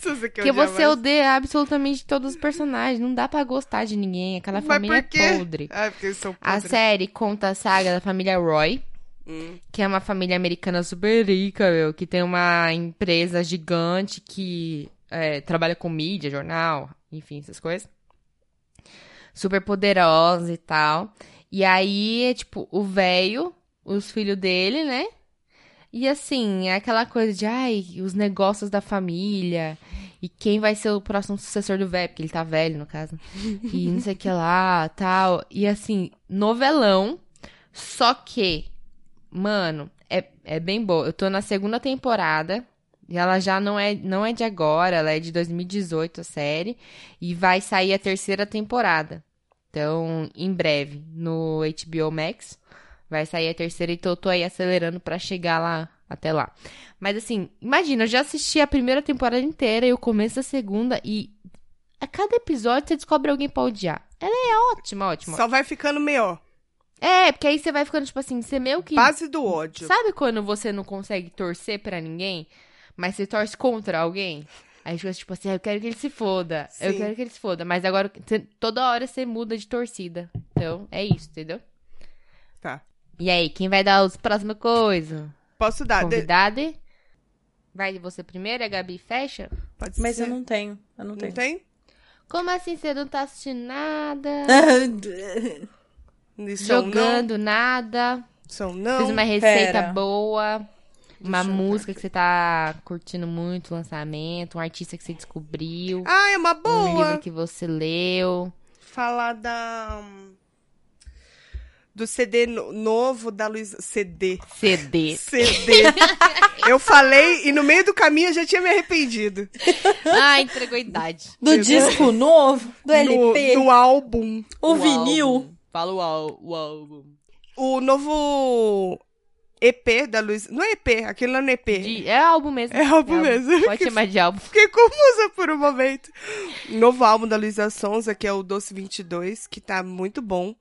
Speaker 2: Se você quer
Speaker 1: Porque
Speaker 2: odiar
Speaker 1: você é
Speaker 2: mais.
Speaker 1: odeia absolutamente todos os personagens. Não dá pra gostar de ninguém. Aquela
Speaker 2: Mas
Speaker 1: família
Speaker 2: por quê?
Speaker 1: é podre.
Speaker 2: Ah, porque eles são
Speaker 1: A
Speaker 2: podres.
Speaker 1: série conta a saga da família Roy,
Speaker 2: Hum.
Speaker 1: que é uma família americana super rica, meu, que tem uma empresa gigante que é, trabalha com mídia, jornal, enfim, essas coisas. Super poderosa e tal. E aí é tipo o velho, os filhos dele, né? E assim, é aquela coisa de, ai, os negócios da família. E quem vai ser o próximo sucessor do velho, porque ele tá velho, no caso. E não sei o que lá, tal. E assim, novelão. Só que, mano, é, é bem boa. Eu tô na segunda temporada. E ela já não é, não é de agora, ela é de 2018 a série. E vai sair a terceira temporada. Então, em breve, no HBO Max. Vai sair a terceira e tô, tô aí acelerando pra chegar lá, até lá. Mas assim, imagina, eu já assisti a primeira temporada inteira e o começo da segunda e a cada episódio você descobre alguém pra odiar. Ela é ótima, ótima.
Speaker 2: Só vai ficando melhor.
Speaker 1: É, porque aí você vai ficando tipo assim, você meio que
Speaker 2: Base do ódio.
Speaker 1: Sabe quando você não consegue torcer pra ninguém, mas você torce contra alguém? Aí fica tipo assim, ah, eu quero que ele se foda, eu
Speaker 2: Sim.
Speaker 1: quero que ele se foda. Mas agora, você- toda hora você muda de torcida. Então, é isso, entendeu?
Speaker 2: Tá.
Speaker 1: E aí, quem vai dar os próximos coisas?
Speaker 2: Posso dar? Ah, De-
Speaker 1: Convidada? Vai você primeiro, a Gabi fecha?
Speaker 2: Pode
Speaker 3: Mas
Speaker 2: ser.
Speaker 3: eu não tenho. Eu não
Speaker 2: Não
Speaker 3: tenho.
Speaker 2: tem?
Speaker 1: Como assim você não tá assistindo nada?
Speaker 2: Isso é um
Speaker 1: Jogando nada?
Speaker 2: não. São
Speaker 1: Fiz
Speaker 2: um não.
Speaker 1: uma receita
Speaker 3: pera.
Speaker 1: boa, uma
Speaker 2: eu ver
Speaker 1: música que você tá curtindo muito, lançamento, um artista que você descobriu,
Speaker 2: Ah, é uma
Speaker 1: um
Speaker 2: boa.
Speaker 1: livro que você leu.
Speaker 2: Falar da. hum, Do CD no- novo da Luísa. CD.
Speaker 1: CD.
Speaker 2: CD. eu falei e no meio do caminho eu já tinha me arrependido.
Speaker 1: Ah, entregou a idade.
Speaker 3: Do disco novo, do LP,
Speaker 2: No, no álbum.
Speaker 3: o vinil.
Speaker 1: álbum. Fala o, ál- o álbum.
Speaker 2: O novo EP da Luísa. Não é EP, aquele lá não é EP.
Speaker 1: De- é álbum mesmo.
Speaker 2: É álbum mesmo.
Speaker 1: Pode chamar de álbum.
Speaker 2: Fiquei confusa por um momento. Novo álbum da Luísa Sonza, que é o Doce 22, que tá muito bom.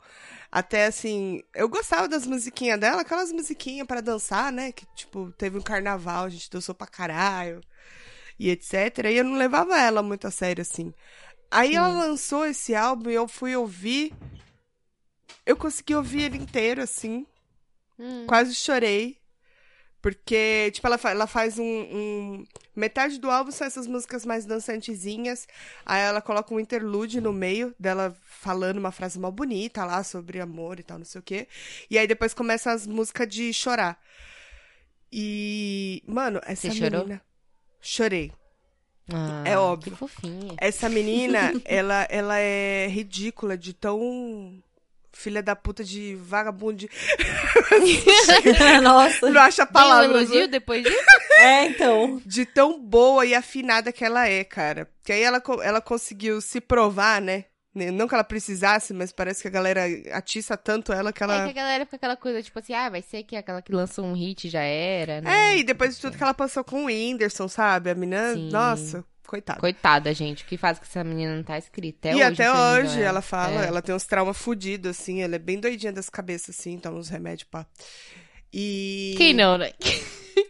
Speaker 2: Até assim, eu gostava das musiquinhas dela, aquelas musiquinhas pra dançar, né? Que tipo, teve um carnaval, a gente dançou pra caralho e etc. E eu não levava ela muito a sério assim. Aí ela lançou esse álbum e eu fui ouvir. Eu consegui ouvir ele inteiro assim.
Speaker 1: Hum.
Speaker 2: Quase chorei. Porque, tipo, ela, fa- ela faz um, um- Metade do álbum são essas músicas mais dançantezinhas. Aí ela coloca um interlude no meio dela falando uma frase mal bonita lá sobre amor e tal, não sei o quê. E aí depois começa as músicas de chorar. E. Mano, essa
Speaker 1: Você
Speaker 2: menina.
Speaker 1: chorou?
Speaker 2: Chorei.
Speaker 1: Ah,
Speaker 2: É óbvio.
Speaker 1: Que fofinha.
Speaker 2: Essa menina, ela, ela é ridícula de tão. Filha da puta de vagabundo. de-
Speaker 3: Nossa.
Speaker 2: Não acha a
Speaker 1: Tem um
Speaker 2: palavra. né?
Speaker 1: elogio depois disso?
Speaker 3: É, então.
Speaker 2: de tão boa e afinada que ela é, cara. Que aí ela, co- ela conseguiu se provar, né? Né, Não que ela precisasse, mas parece que a galera atiça tanto ela que
Speaker 1: É
Speaker 2: ela.
Speaker 1: que a galera fica aquela coisa, tipo assim, ah, vai ser que aquela que lançou um hit já era, né?
Speaker 2: É, e depois de tudo que ela passou com o Whindersson, sabe? A menina,
Speaker 1: Sim.
Speaker 2: nossa, Coitada.
Speaker 1: Coitada, gente. O que faz que essa menina não tá escrita? Até hoje
Speaker 2: e até
Speaker 1: infernizam
Speaker 2: hoje ela, fala,
Speaker 1: É.
Speaker 2: ela tem uns traumas fudidos, assim, ela é bem doidinha das cabeças, assim, toma uns remédios, pá. E.
Speaker 1: Quem não, né?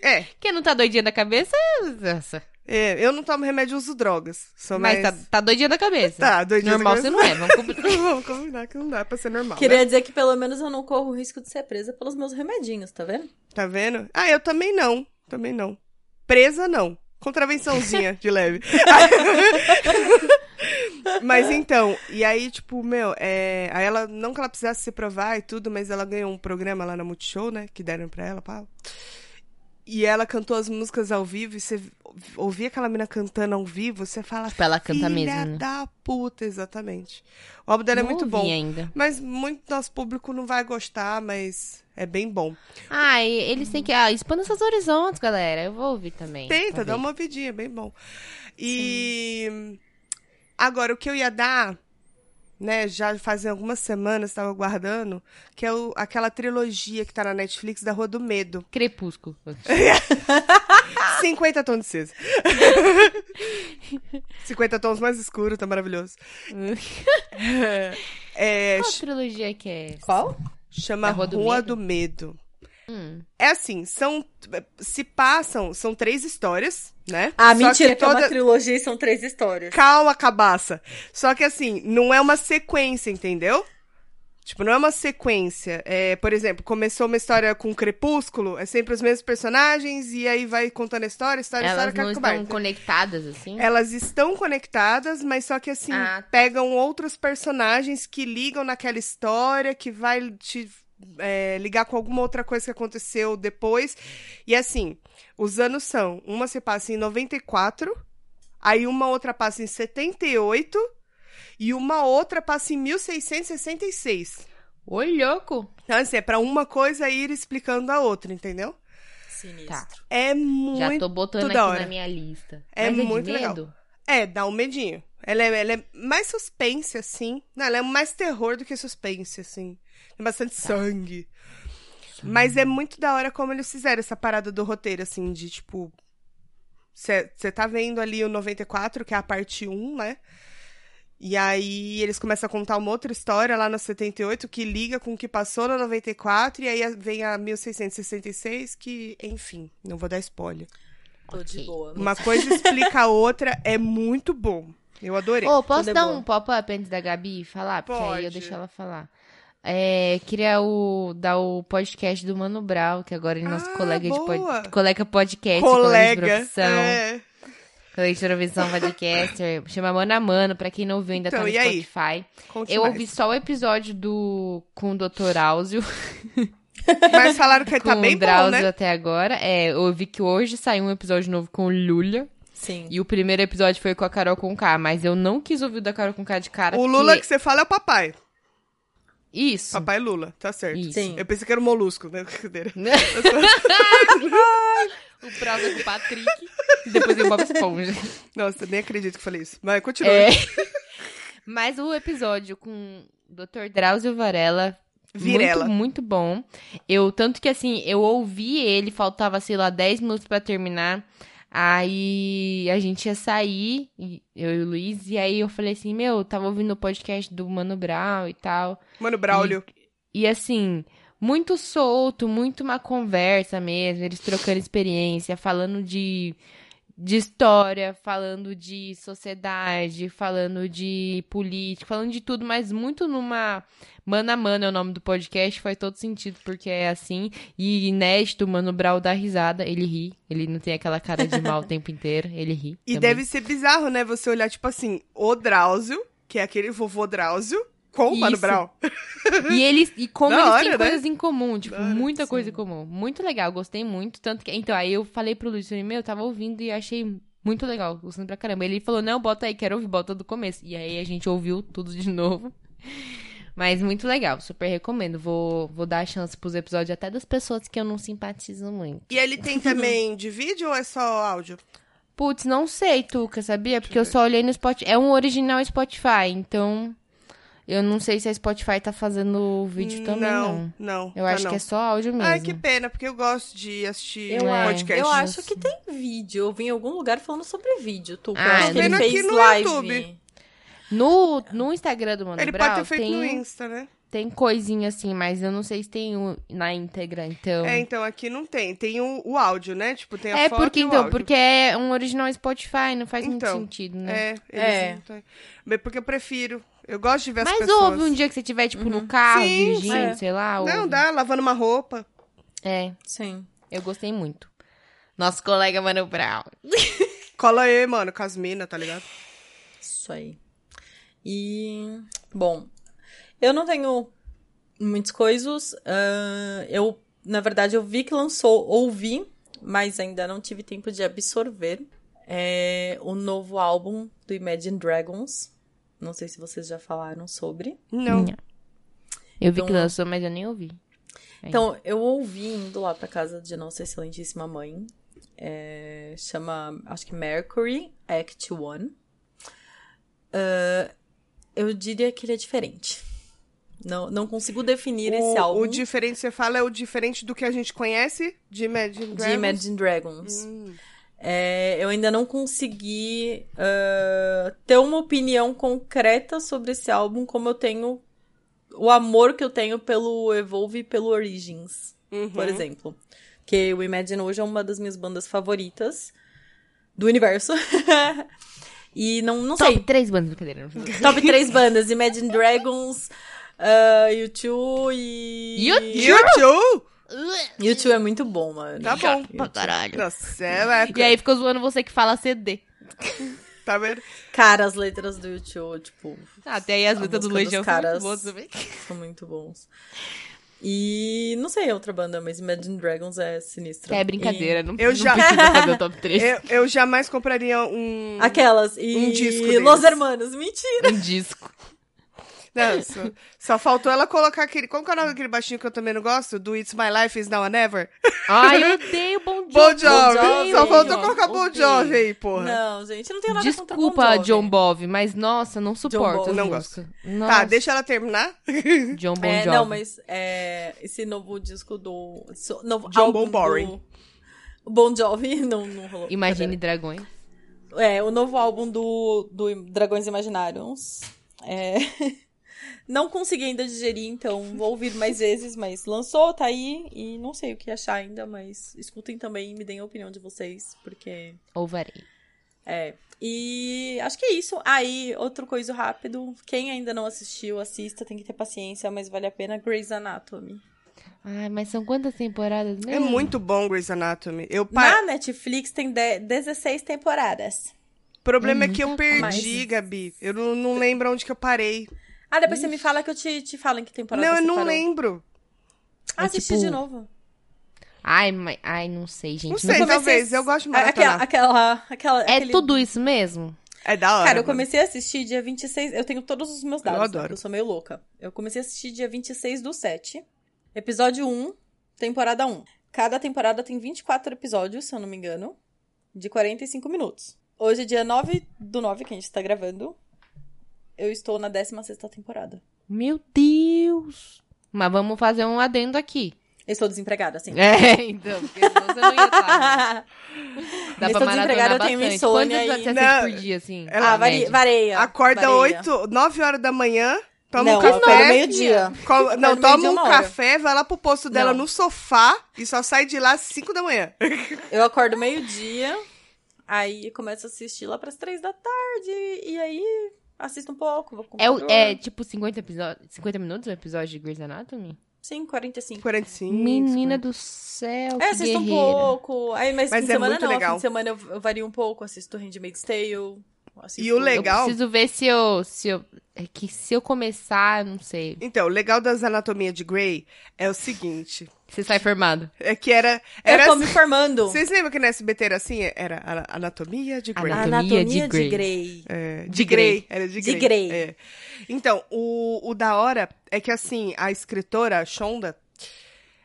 Speaker 2: É,
Speaker 1: Quem não tá doidinha da cabeça, nossa.
Speaker 2: é, eu não tomo remédio, uso drogas. Sou
Speaker 1: Mas,
Speaker 2: mais...
Speaker 1: tá, tá doidinha da cabeça.
Speaker 2: Tá, doidinha da
Speaker 1: Normal
Speaker 2: cabeça.
Speaker 1: você não é. Vamos combinar.
Speaker 2: Vamos combinar que não dá pra ser normal. né?
Speaker 3: Queria dizer que pelo menos eu não corro o risco de ser presa pelos meus remedinhos, tá vendo?
Speaker 2: Tá vendo? Ah, eu também não. Também não. Presa, não. Contravençãozinha de leve. mas então, e aí, tipo, meu, é... aí ela, não que ela precisasse se provar e tudo, mas ela ganhou um programa lá na Multishow, né? Que deram pra ela, pá. E ela cantou as músicas ao vivo e você ouvia aquela mina cantando ao vivo, você fala.
Speaker 1: Tipo, ela canta
Speaker 2: Filha
Speaker 1: mesmo, né?
Speaker 2: da puta, exatamente. O álbum dela
Speaker 1: Não
Speaker 2: é muito
Speaker 1: ouvi
Speaker 2: bom.
Speaker 1: ainda.
Speaker 2: Mas muito nosso público não vai gostar, mas é bem bom.
Speaker 1: Ah, e eles têm que... Ah, expanda seus horizontes, galera. Eu vou ouvir também.
Speaker 2: Tenta,
Speaker 1: pra
Speaker 2: dá
Speaker 1: ver.
Speaker 2: uma vidinha, é bem bom. E agora, o que eu ia dar, né, já fazem algumas semanas, estava guardando, que é o- aquela trilogia que tá na Netflix da Rua do Medo.
Speaker 1: Crepúsculo. Ah!
Speaker 2: 50 tons de cinza. 50 tons mais escuro, tá maravilhoso.
Speaker 1: Hum.
Speaker 2: É,
Speaker 1: Qual trilogia que é essa?
Speaker 3: Qual?
Speaker 2: chama
Speaker 1: Da
Speaker 2: Rua
Speaker 1: Rua
Speaker 2: do
Speaker 1: do
Speaker 2: Medo.
Speaker 1: Medo? Hum.
Speaker 2: É assim, são se passam, são três histórias, né?
Speaker 3: Ah,
Speaker 2: Só
Speaker 3: mentira,
Speaker 2: que
Speaker 3: que, é uma
Speaker 2: toda,
Speaker 3: trilogia e são três histórias.
Speaker 2: Calma, cabaça. Só que assim, não é uma sequência, entendeu? Tipo, não é uma sequência. É, por exemplo, começou uma história com Crepúsculo, é sempre os mesmos personagens, e aí vai contando a história, história, É
Speaker 1: Elas
Speaker 2: história, é
Speaker 1: não
Speaker 2: acabar.
Speaker 1: estão conectadas, assim?
Speaker 2: Elas estão conectadas, mas só que assim,
Speaker 1: Ah, tá.
Speaker 2: pegam outros personagens que ligam naquela história, que vai te é, ligar com alguma outra coisa que aconteceu depois. E assim, os anos são: uma se passa em 94, aí uma outra passa em 78 e uma outra passa em 1666.
Speaker 1: Oi, louco.
Speaker 2: Então, assim, é pra uma coisa ir explicando a outra, entendeu?
Speaker 1: Tá,
Speaker 3: Sinistro.
Speaker 2: É
Speaker 1: Já
Speaker 2: muito.
Speaker 1: tô botando
Speaker 2: da
Speaker 1: aqui
Speaker 2: hora.
Speaker 1: na minha lista.
Speaker 2: É
Speaker 1: Mas
Speaker 2: muito
Speaker 1: é de
Speaker 2: legal.
Speaker 1: medo?
Speaker 2: É, dá um medinho. Ela é, ela é mais suspense, assim. Não, ela é mais terror do que suspense, assim. Tem bastante sangue. Mas é muito da hora como eles fizeram essa parada do roteiro, assim, de tipo. Você tá vendo ali o 94, que é a parte 1, né? E aí eles começam a contar uma outra história lá no 78 que liga com o que passou no 94 e aí a- vem a 1666 que, enfim, não vou dar spoiler.
Speaker 3: Tô de
Speaker 1: Ok.
Speaker 3: boa.
Speaker 2: Uma coisa explica a outra, é muito bom. Eu adorei.
Speaker 1: Ô, posso
Speaker 3: Tudo é
Speaker 1: dar
Speaker 3: bom.
Speaker 1: um pop-up antes da Gabi falar? Porque aí eu
Speaker 2: Pode.
Speaker 1: deixo ela falar. É, queria o, dar o podcast do Mano Brown, que agora é nosso
Speaker 2: Ah,
Speaker 1: colega de
Speaker 2: boa.
Speaker 1: pod, colega podcast, colega de
Speaker 2: Colega.
Speaker 1: profissão,
Speaker 2: É.
Speaker 1: colega de profissão podcaster, chama Mano a Mano, pra quem não viu ainda
Speaker 2: Então,
Speaker 1: tá no
Speaker 2: e aí?
Speaker 1: Spotify.
Speaker 2: Conte
Speaker 1: Eu
Speaker 2: mais.
Speaker 1: ouvi só o episódio do com o Dr. Áuzio,
Speaker 2: Mas falaram que
Speaker 1: com
Speaker 2: tá bem
Speaker 1: o Drauzio
Speaker 2: bom, né?
Speaker 1: até agora. É, eu ouvi que hoje saiu um episódio novo com o Lula.
Speaker 3: Sim.
Speaker 1: E o primeiro episódio foi com a Carol Conká, mas eu não quis ouvir o da Carol Conká de cara.
Speaker 2: O Lula que
Speaker 1: que...
Speaker 2: você fala é o papai.
Speaker 1: Isso.
Speaker 2: Papai Lula, tá certo.
Speaker 1: Isso.
Speaker 3: Sim.
Speaker 2: Eu pensei que era o molusco, né? Brincadeira.
Speaker 1: O Prada com o Patrick. E depois o Bob Esponja.
Speaker 2: Nossa, nem acredito que eu falei isso. Mas continua.
Speaker 1: É. Mas o episódio com o Dr. Drauzio Varela.
Speaker 2: Virela.
Speaker 1: Muito, muito bom. Eu, tanto que assim, eu ouvi ele, faltava, sei lá, 10 minutos pra terminar. Aí a gente ia sair, e- eu e o Luiz, e aí eu falei assim, meu, eu tava ouvindo o podcast do Mano Brown e tal.
Speaker 2: Mano, Braulio.
Speaker 1: E assim, muito solto, muito uma conversa mesmo, eles trocando experiência, falando de, de história, falando de sociedade, falando de política, falando de tudo, mas muito numa. Mano a Mano é o nome do podcast, faz todo sentido, porque é assim. E inédito, Mano Brau dá risada, ele ri, ele não tem aquela cara de mal o tempo inteiro, ele ri.
Speaker 2: E
Speaker 1: também.
Speaker 2: deve ser bizarro, né? Você olhar, tipo assim, o Drauzio, que é aquele vovô Drauzio, com o Mano
Speaker 1: Isso.
Speaker 2: Brown.
Speaker 1: E eles e como
Speaker 2: Da
Speaker 1: eles
Speaker 2: hora,
Speaker 1: têm
Speaker 2: né?
Speaker 1: coisas em comum, tipo,
Speaker 2: Da hora,
Speaker 1: muita
Speaker 3: sim.
Speaker 1: coisa em comum. Muito legal, gostei muito, tanto que então aí eu falei pro Luiz, falei, meu, eu tava ouvindo e achei muito legal, gostando pra caramba. Ele falou: "Não, bota aí, quero ouvir, bota do começo". E aí a gente ouviu tudo de novo. Mas muito legal, super recomendo. Vou, vou dar a chance pros episódios até das pessoas que eu não simpatizo muito.
Speaker 2: E ele tem também de vídeo ou é só áudio?
Speaker 1: Putz, não sei, Tuca, sabia? Porque eu
Speaker 2: Deixa
Speaker 1: só olhei no Spotify. É um original Spotify, então Eu não sei se a Spotify tá fazendo o vídeo também, não.
Speaker 2: Não, não.
Speaker 1: Eu
Speaker 2: tá
Speaker 1: acho
Speaker 2: não.
Speaker 1: que é só áudio mesmo.
Speaker 2: Ai, que pena, porque eu gosto de assistir
Speaker 3: Eu,
Speaker 1: É.
Speaker 3: acho,
Speaker 2: podcast.
Speaker 3: eu acho que tem vídeo. Eu vi em algum lugar falando sobre vídeo, Tuca.
Speaker 1: Ah,
Speaker 3: acho que ele
Speaker 1: vendo
Speaker 2: aqui
Speaker 3: fez
Speaker 2: no
Speaker 3: live.
Speaker 2: YouTube.
Speaker 1: No, no Instagram do Mano
Speaker 2: Ele
Speaker 1: Brown
Speaker 2: pode ter feito
Speaker 1: tem, um,
Speaker 2: no Insta, né?
Speaker 1: tem coisinha assim, mas eu não sei se tem um na íntegra, então.
Speaker 2: É, então aqui não tem. Tem o, o áudio, né? Tipo, tem a
Speaker 1: É
Speaker 2: foto
Speaker 1: porque,
Speaker 2: e o
Speaker 1: então,
Speaker 2: áudio.
Speaker 1: porque é um original Spotify, não faz
Speaker 2: Então,
Speaker 1: muito sentido, né?
Speaker 2: É, eles
Speaker 3: É.
Speaker 2: não têm. Mas Porque eu prefiro. Eu gosto de ver as
Speaker 1: Mas
Speaker 2: pessoas.
Speaker 1: ouve um dia que você tiver, tipo, no carro,
Speaker 2: Sim,
Speaker 1: dirigindo,
Speaker 3: é.
Speaker 1: sei lá. ouve.
Speaker 2: Não, dá, lavando uma roupa.
Speaker 1: É,
Speaker 3: Sim.
Speaker 1: eu gostei muito. Nosso colega Mano Brown.
Speaker 2: Cola aí, mano, com as minas, tá ligado?
Speaker 3: Isso aí. E, bom, eu não tenho muitas coisas. ah, eu, na verdade, eu vi que lançou, ouvi, mas ainda não tive tempo de absorver é, o novo álbum do Imagine Dragons. Não sei se vocês já falaram sobre.
Speaker 2: Não.
Speaker 1: Eu vi
Speaker 3: Então-
Speaker 1: que lançou, mas eu nem ouvi.
Speaker 3: Então, eu ouvi indo lá pra casa de nossa excelentíssima mãe. É, chama, acho que Mercury Act One. Ah, eu diria que ele é diferente. Não, não consigo definir esse
Speaker 2: O,
Speaker 3: álbum
Speaker 2: o diferente, você fala, é o diferente do que a gente conhece de Imagine
Speaker 3: de
Speaker 2: Dragons?
Speaker 3: Imagine Dragons.
Speaker 2: Hum.
Speaker 3: É, eu ainda não consegui ah, ter uma opinião concreta sobre esse álbum, como eu tenho o amor que eu tenho pelo Evolve e pelo Origins.
Speaker 2: Uhum.
Speaker 3: por exemplo. Que o Imagine hoje é uma das minhas bandas favoritas do universo. e não, não
Speaker 1: Top
Speaker 3: sei.
Speaker 1: três bandas, brincadeira. não sei.
Speaker 3: Top três bandas: Imagine Dragons, ah, U2 e.
Speaker 1: U2?
Speaker 2: YouTube!
Speaker 3: U2 é muito bom, mano.
Speaker 2: Tá bom.
Speaker 1: Pra caralho.
Speaker 2: Nossa, é uma época.
Speaker 1: E aí ficou zoando você que fala CD.
Speaker 2: Tá vendo?
Speaker 3: Cara, as letras do U2, tipo,
Speaker 1: Ah, Até aí as
Speaker 3: A
Speaker 1: letras do
Speaker 3: música
Speaker 1: Legião
Speaker 3: dos caras.
Speaker 1: são muito boas também.
Speaker 3: são muito bons. E não sei outra banda, mas Imagine Dragons é sinistra.
Speaker 1: É brincadeira, não,
Speaker 2: Eu
Speaker 1: eu já...
Speaker 2: já-
Speaker 1: não precisa fazer o top 3.
Speaker 2: Eu, eu jamais compraria um.
Speaker 3: E Aquelas. E
Speaker 2: Um disco
Speaker 3: Los
Speaker 2: deles.
Speaker 3: Hermanos, mentira.
Speaker 1: Um disco.
Speaker 2: Não, só, só faltou ela colocar aquele. Como que é o nome daquele baixinho que eu também não gosto? Do It's My Life Is Now or Never?
Speaker 1: Ai, eu odeio Bon Jovi.
Speaker 2: Bon Jovi!
Speaker 1: odeio
Speaker 2: Só
Speaker 1: Bon
Speaker 2: faltou
Speaker 1: Jovi,
Speaker 2: colocar Bon
Speaker 1: odeio.
Speaker 2: Jovi aí, porra.
Speaker 3: Não, gente, não tem nada contra Bon
Speaker 1: Desculpa,
Speaker 3: Jovi.
Speaker 1: John Bov, mas nossa, não suporto.
Speaker 3: Bon.
Speaker 1: as
Speaker 2: Não
Speaker 1: músicas.
Speaker 2: Tá,
Speaker 1: Nossa,
Speaker 2: deixa ela terminar.
Speaker 1: John Bon
Speaker 3: É,
Speaker 1: Jovi.
Speaker 3: não, mas é, esse novo disco do. so- Novo
Speaker 2: John
Speaker 3: álbum
Speaker 2: Bon Boring.
Speaker 3: do- Bon Jovi não, não rolou.
Speaker 1: Imagine Dragões.
Speaker 3: É, o novo álbum do, do Dragões Imaginários. É, Não consegui ainda digerir, então vou ouvir mais vezes, mas lançou, tá aí, e não sei o que achar ainda, mas escutem também e me deem a opinião de vocês, porque
Speaker 1: Ouvarei.
Speaker 3: É. E acho que é isso. Aí, outra coisa rápido. Quem ainda não assistiu, assista, tem que ter paciência, mas vale a pena. Grey's Anatomy.
Speaker 1: Ai, mas são quantas temporadas
Speaker 2: É
Speaker 1: mesmo?
Speaker 2: muito bom Grey's Anatomy. Eu pa...
Speaker 3: Na Netflix tem de- 16 temporadas.
Speaker 2: O problema é que eu
Speaker 1: Muita
Speaker 2: perdi,
Speaker 3: coisa.
Speaker 2: Gabi. Eu não, não lembro onde que eu parei.
Speaker 3: Ah, depois você me fala que eu te, te falo em que temporada
Speaker 2: não,
Speaker 3: você
Speaker 2: eu não
Speaker 3: parou.
Speaker 2: lembro. Ah,
Speaker 3: Ah,
Speaker 1: É
Speaker 3: assisti
Speaker 1: tipo-
Speaker 3: de novo.
Speaker 1: Ai, mas... Ai, não sei, gente.
Speaker 2: Não
Speaker 1: Mas
Speaker 2: sei,
Speaker 1: eu-
Speaker 3: comecei
Speaker 2: então talvez.
Speaker 3: a-
Speaker 2: Eu gosto de
Speaker 3: Ah, Aquela,
Speaker 2: maratonar.
Speaker 3: aquela, aquela,
Speaker 1: É
Speaker 3: aquele-
Speaker 1: tudo isso mesmo?
Speaker 2: É da hora.
Speaker 3: Cara, eu
Speaker 2: mano.
Speaker 3: comecei a assistir dia 26. Eu tenho todos os meus
Speaker 2: Eu
Speaker 3: dados. né?
Speaker 2: adoro.
Speaker 3: Eu sou meio louca. Eu comecei a assistir dia 26 do 7. Episódio 1, temporada 1. Cada temporada tem 24 episódios, se eu não me engano, de 45 minutos. Hoje é dia 9 do 9 que a gente tá gravando. Eu estou na 16 temporada.
Speaker 1: Meu Deus! Mas vamos fazer um adendo aqui.
Speaker 3: Eu estou desempregada, assim.
Speaker 1: É, então, porque senão você não ia estar. Dá
Speaker 3: Eu
Speaker 1: pra
Speaker 3: estou
Speaker 1: maratonar
Speaker 3: desempregada, eu
Speaker 1: bastante.
Speaker 3: tenho insônia
Speaker 1: Quantas
Speaker 3: e-
Speaker 1: você assiste
Speaker 2: Não.
Speaker 1: por dia, assim?
Speaker 2: Ela-
Speaker 3: ah,
Speaker 1: na
Speaker 3: varia,
Speaker 1: média?
Speaker 3: vareia.
Speaker 2: Acorda
Speaker 3: vareia.
Speaker 2: 8, 9 horas da manhã, toma
Speaker 3: não,
Speaker 2: um
Speaker 3: eu acordo
Speaker 2: café.
Speaker 3: meio-dia.
Speaker 2: co-
Speaker 3: Acordo
Speaker 2: Não,
Speaker 3: meio-dia,
Speaker 2: toma um
Speaker 3: uma hora.
Speaker 2: café, vai lá pro posto dela
Speaker 3: Não.
Speaker 2: no sofá e só sai de lá às 5 da manhã.
Speaker 3: Eu acordo meio-dia, aí começo a assistir lá pras três da tarde, e aí assisto um pouco, vou com
Speaker 1: É, o- é
Speaker 2: Hum.
Speaker 1: tipo 50, episódios, 50 minutos o episódio de Grey's Anatomy?
Speaker 3: Sim, 45.
Speaker 2: 45.
Speaker 1: Menina do céu,
Speaker 3: É,
Speaker 1: que
Speaker 3: assisto um
Speaker 1: guerreira.
Speaker 3: pouco. Aí, mas,
Speaker 2: Mas
Speaker 3: fim de
Speaker 2: é
Speaker 3: semana
Speaker 2: muito
Speaker 3: não,
Speaker 2: legal.
Speaker 3: fim de semana eu, eu vario um pouco, assisto Handmaid's Tale. Assisto...
Speaker 2: E o
Speaker 1: Eu
Speaker 2: legal-
Speaker 1: preciso ver se eu, se eu... É que se eu começar, eu não sei.
Speaker 2: Então, o legal das anatomias de Grey é o seguinte,
Speaker 1: Você sai formado.
Speaker 2: é que era...
Speaker 3: Eu
Speaker 2: era assim.
Speaker 3: tô me formando.
Speaker 2: Vocês lembram que na SBT era assim? Era a- anatomia de Grey.
Speaker 1: Anatomia de Grey.
Speaker 2: É, de,
Speaker 1: De
Speaker 2: Grey.
Speaker 1: Grey.
Speaker 2: Era de Grey.
Speaker 3: De Grey.
Speaker 2: É. Então, o, o da hora é que, assim, a escritora, a Shonda,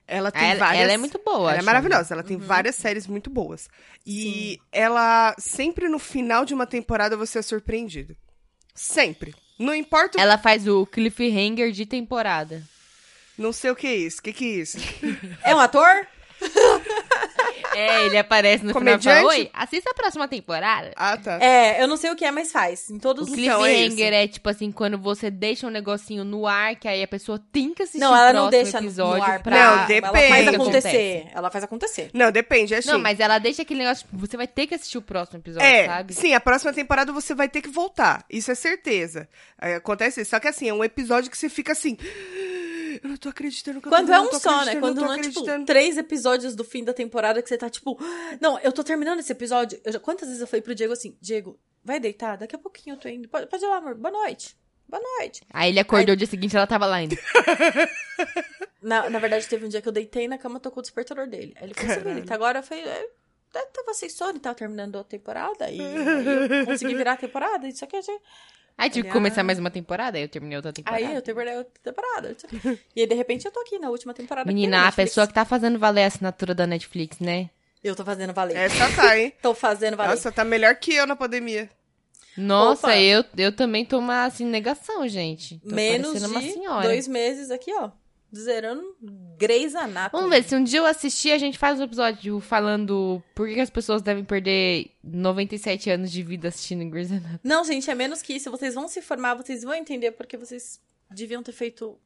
Speaker 2: ela tem
Speaker 1: Ela,
Speaker 2: várias...
Speaker 1: ela é muito boa, Uhum.
Speaker 2: Ela é
Speaker 1: acho.
Speaker 2: maravilhosa, ela tem várias séries muito boas. E ela, sempre no final de uma temporada, você é surpreendido. Sempre. Não importa o...
Speaker 1: Ela faz o cliffhanger de temporada.
Speaker 2: Não sei o que é isso. O que, que é isso?
Speaker 3: É um ator?
Speaker 1: É, ele aparece no final e fala,
Speaker 2: Comediante?
Speaker 1: Oi, assista a próxima temporada.
Speaker 2: Ah, tá.
Speaker 3: É, eu não sei o que é, mas faz. Em
Speaker 1: O
Speaker 3: todos os
Speaker 2: Então, é isso.
Speaker 1: cliffhanger é, tipo assim, quando você deixa um negocinho no ar, que aí a pessoa tem que assistir
Speaker 3: Não, ela
Speaker 1: o próximo
Speaker 3: não deixa no-
Speaker 1: episódio
Speaker 3: no ar pra...
Speaker 1: pra...
Speaker 2: Não, depende.
Speaker 3: Ela faz
Speaker 1: Acontece.
Speaker 3: acontecer. Ela faz acontecer.
Speaker 2: Não, depende, é assim.
Speaker 1: Não, mas ela deixa aquele negócio, tipo, você vai ter que assistir o próximo episódio,
Speaker 2: É,
Speaker 1: sabe?
Speaker 2: sim, a próxima temporada você vai ter que voltar. Isso é certeza. É, acontece isso. Só que assim, é um episódio que você fica assim. Eu não tô acreditando que eu tô
Speaker 3: Quando é
Speaker 2: vendo,
Speaker 3: um
Speaker 2: tô
Speaker 3: só, né?
Speaker 2: acreditando,
Speaker 3: Quando
Speaker 2: tô
Speaker 3: não é, tipo,
Speaker 2: acreditando.
Speaker 3: três episódios do fim da temporada que você tá, tipo... "Ah, Não, eu tô terminando esse episódio. Eu já- Quantas vezes eu falei pro Diego assim... Diego, vai deitar? Daqui a pouquinho eu tô indo. Pode, pode ir lá, amor. Boa noite. Boa noite.
Speaker 1: Aí ele acordou o dia seguinte, ela tava lá ainda.
Speaker 3: Na, na verdade, teve um dia que eu deitei na cama, tocou o despertador dele. Aí ele falou, você vai
Speaker 2: Caralho.
Speaker 3: deitar agora? Eu falei... "É, eu tava sem sono e tava terminando a temporada. E aí eu consegui virar a temporada. Isso aqui...
Speaker 1: Aí tive que
Speaker 3: Olha.
Speaker 1: começar mais uma temporada, aí eu terminei outra temporada.
Speaker 3: Aí eu terminei outra temporada. E aí, de repente, eu tô aqui na última temporada. aqui
Speaker 1: Menina,
Speaker 3: na
Speaker 1: a
Speaker 3: Netflix.
Speaker 1: pessoa que tá fazendo valer a assinatura da Netflix, né?
Speaker 3: Eu tô fazendo valer.
Speaker 2: Essa tá, hein?
Speaker 3: Tô fazendo valer.
Speaker 2: Nossa, tá melhor que eu na pandemia.
Speaker 1: Nossa,
Speaker 3: Opa.
Speaker 1: eu, eu também tô uma assim, negação, gente. Tô
Speaker 3: Menos
Speaker 1: parecendo
Speaker 3: de
Speaker 1: uma senhora.
Speaker 3: dois meses aqui, ó. Zerando Grey's Anatomy.
Speaker 1: Vamos ver, se um dia eu assistir, a gente faz um episódio falando por que que as pessoas devem perder 97 anos de vida assistindo Grey's Anatomy.
Speaker 3: Não, gente, é menos que isso. Vocês vão se formar, vocês vão entender porque vocês deviam ter feito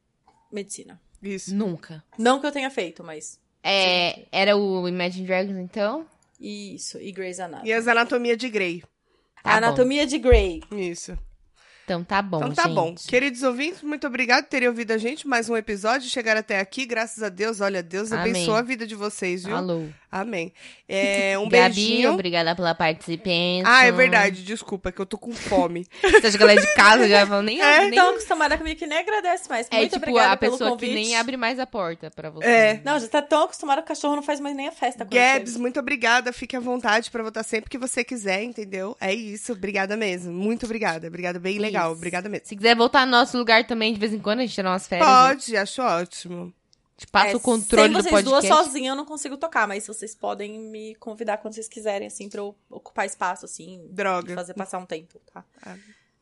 Speaker 3: medicina.
Speaker 2: Isso.
Speaker 1: Nunca.
Speaker 3: Não que eu tenha feito, mas...
Speaker 1: É, era o Imagine Dragons, então?
Speaker 3: Isso, e Grey's Anatomy.
Speaker 2: E é- as anatomia de Grey.
Speaker 1: Tá bom.
Speaker 3: Anatomia de Grey.
Speaker 2: Isso.
Speaker 1: Então tá bom,
Speaker 2: então tá
Speaker 1: gente.
Speaker 2: bom. Queridos ouvintes, muito obrigado por terem ouvido a gente. Mais um episódio. Chegaram até aqui. Graças a Deus. Olha, Deus
Speaker 1: Amém.
Speaker 2: abençoou a vida de vocês, viu?
Speaker 1: Alô.
Speaker 2: Amém. É, um
Speaker 1: Gabi,
Speaker 2: beijinho.
Speaker 1: obrigada pela participação.
Speaker 2: Ah, é verdade. Desculpa, é que eu tô com fome.
Speaker 1: Você acha que ela é de casa? Já falou, nem,
Speaker 3: É,
Speaker 1: nem
Speaker 2: então.
Speaker 3: tão acostumada comigo que nem agradece mais.
Speaker 1: É
Speaker 3: Muito
Speaker 1: tipo
Speaker 3: obrigada
Speaker 1: a
Speaker 3: pelo
Speaker 1: pessoa que
Speaker 3: convite.
Speaker 1: nem abre mais a porta pra você.
Speaker 2: É.
Speaker 3: Não, já tá tão acostumada que o cachorro não faz mais nem a festa. quando
Speaker 2: Gabs,
Speaker 3: chega.
Speaker 2: muito obrigada. Fique à vontade pra votar sempre que você quiser, entendeu? É isso. Obrigada mesmo. Muito obrigada. Obrigada, bem legal.
Speaker 1: Isso.
Speaker 2: Obrigada mesmo.
Speaker 1: Se quiser voltar no nosso lugar também, de vez em quando, a gente tira umas férias. A
Speaker 2: Pode, acho ótimo.
Speaker 1: gente passa
Speaker 3: É,
Speaker 1: o controle
Speaker 3: sem
Speaker 1: do
Speaker 3: vocês duas
Speaker 1: podcast.
Speaker 3: sozinha eu não consigo tocar, mas vocês podem me convidar quando vocês quiserem, assim, pra eu ocupar espaço, assim, e
Speaker 2: Droga.
Speaker 3: fazer passar um tempo, tá?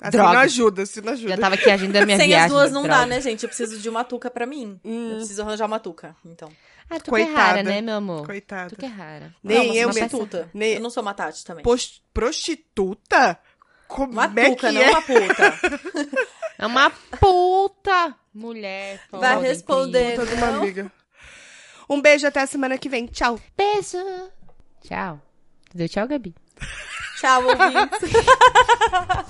Speaker 2: Assim
Speaker 1: Droga.
Speaker 2: não ajuda, assim não ajuda.
Speaker 1: Já tava aqui a agenda da minha
Speaker 3: sem
Speaker 1: viagem.
Speaker 3: as duas não dá,
Speaker 1: droga.
Speaker 3: né, gente? Eu preciso de uma tuca pra mim. Eu
Speaker 2: Hum,
Speaker 3: preciso arranjar uma tuca, então.
Speaker 1: Ah, tu que é
Speaker 2: Coitada.
Speaker 1: rara, né, meu amor?
Speaker 2: coitada.
Speaker 1: Tu que é rara.
Speaker 2: Nem
Speaker 3: não, uma
Speaker 2: eu, minha-
Speaker 3: prostituta.
Speaker 2: nem-
Speaker 3: Eu não sou uma Tati também.
Speaker 2: Post- Prostituta? Como
Speaker 3: uma
Speaker 2: é que
Speaker 3: tuca, não
Speaker 2: é?
Speaker 3: uma puta.
Speaker 1: É uma puta mulher. foda,
Speaker 3: Vai responder.
Speaker 2: Toda uma
Speaker 3: não.
Speaker 2: amiga. Um beijo até a semana que vem. Tchau.
Speaker 1: incrível. Beijo. Tchau. Deu tchau, Gabi.
Speaker 3: Tchau, ouvintes.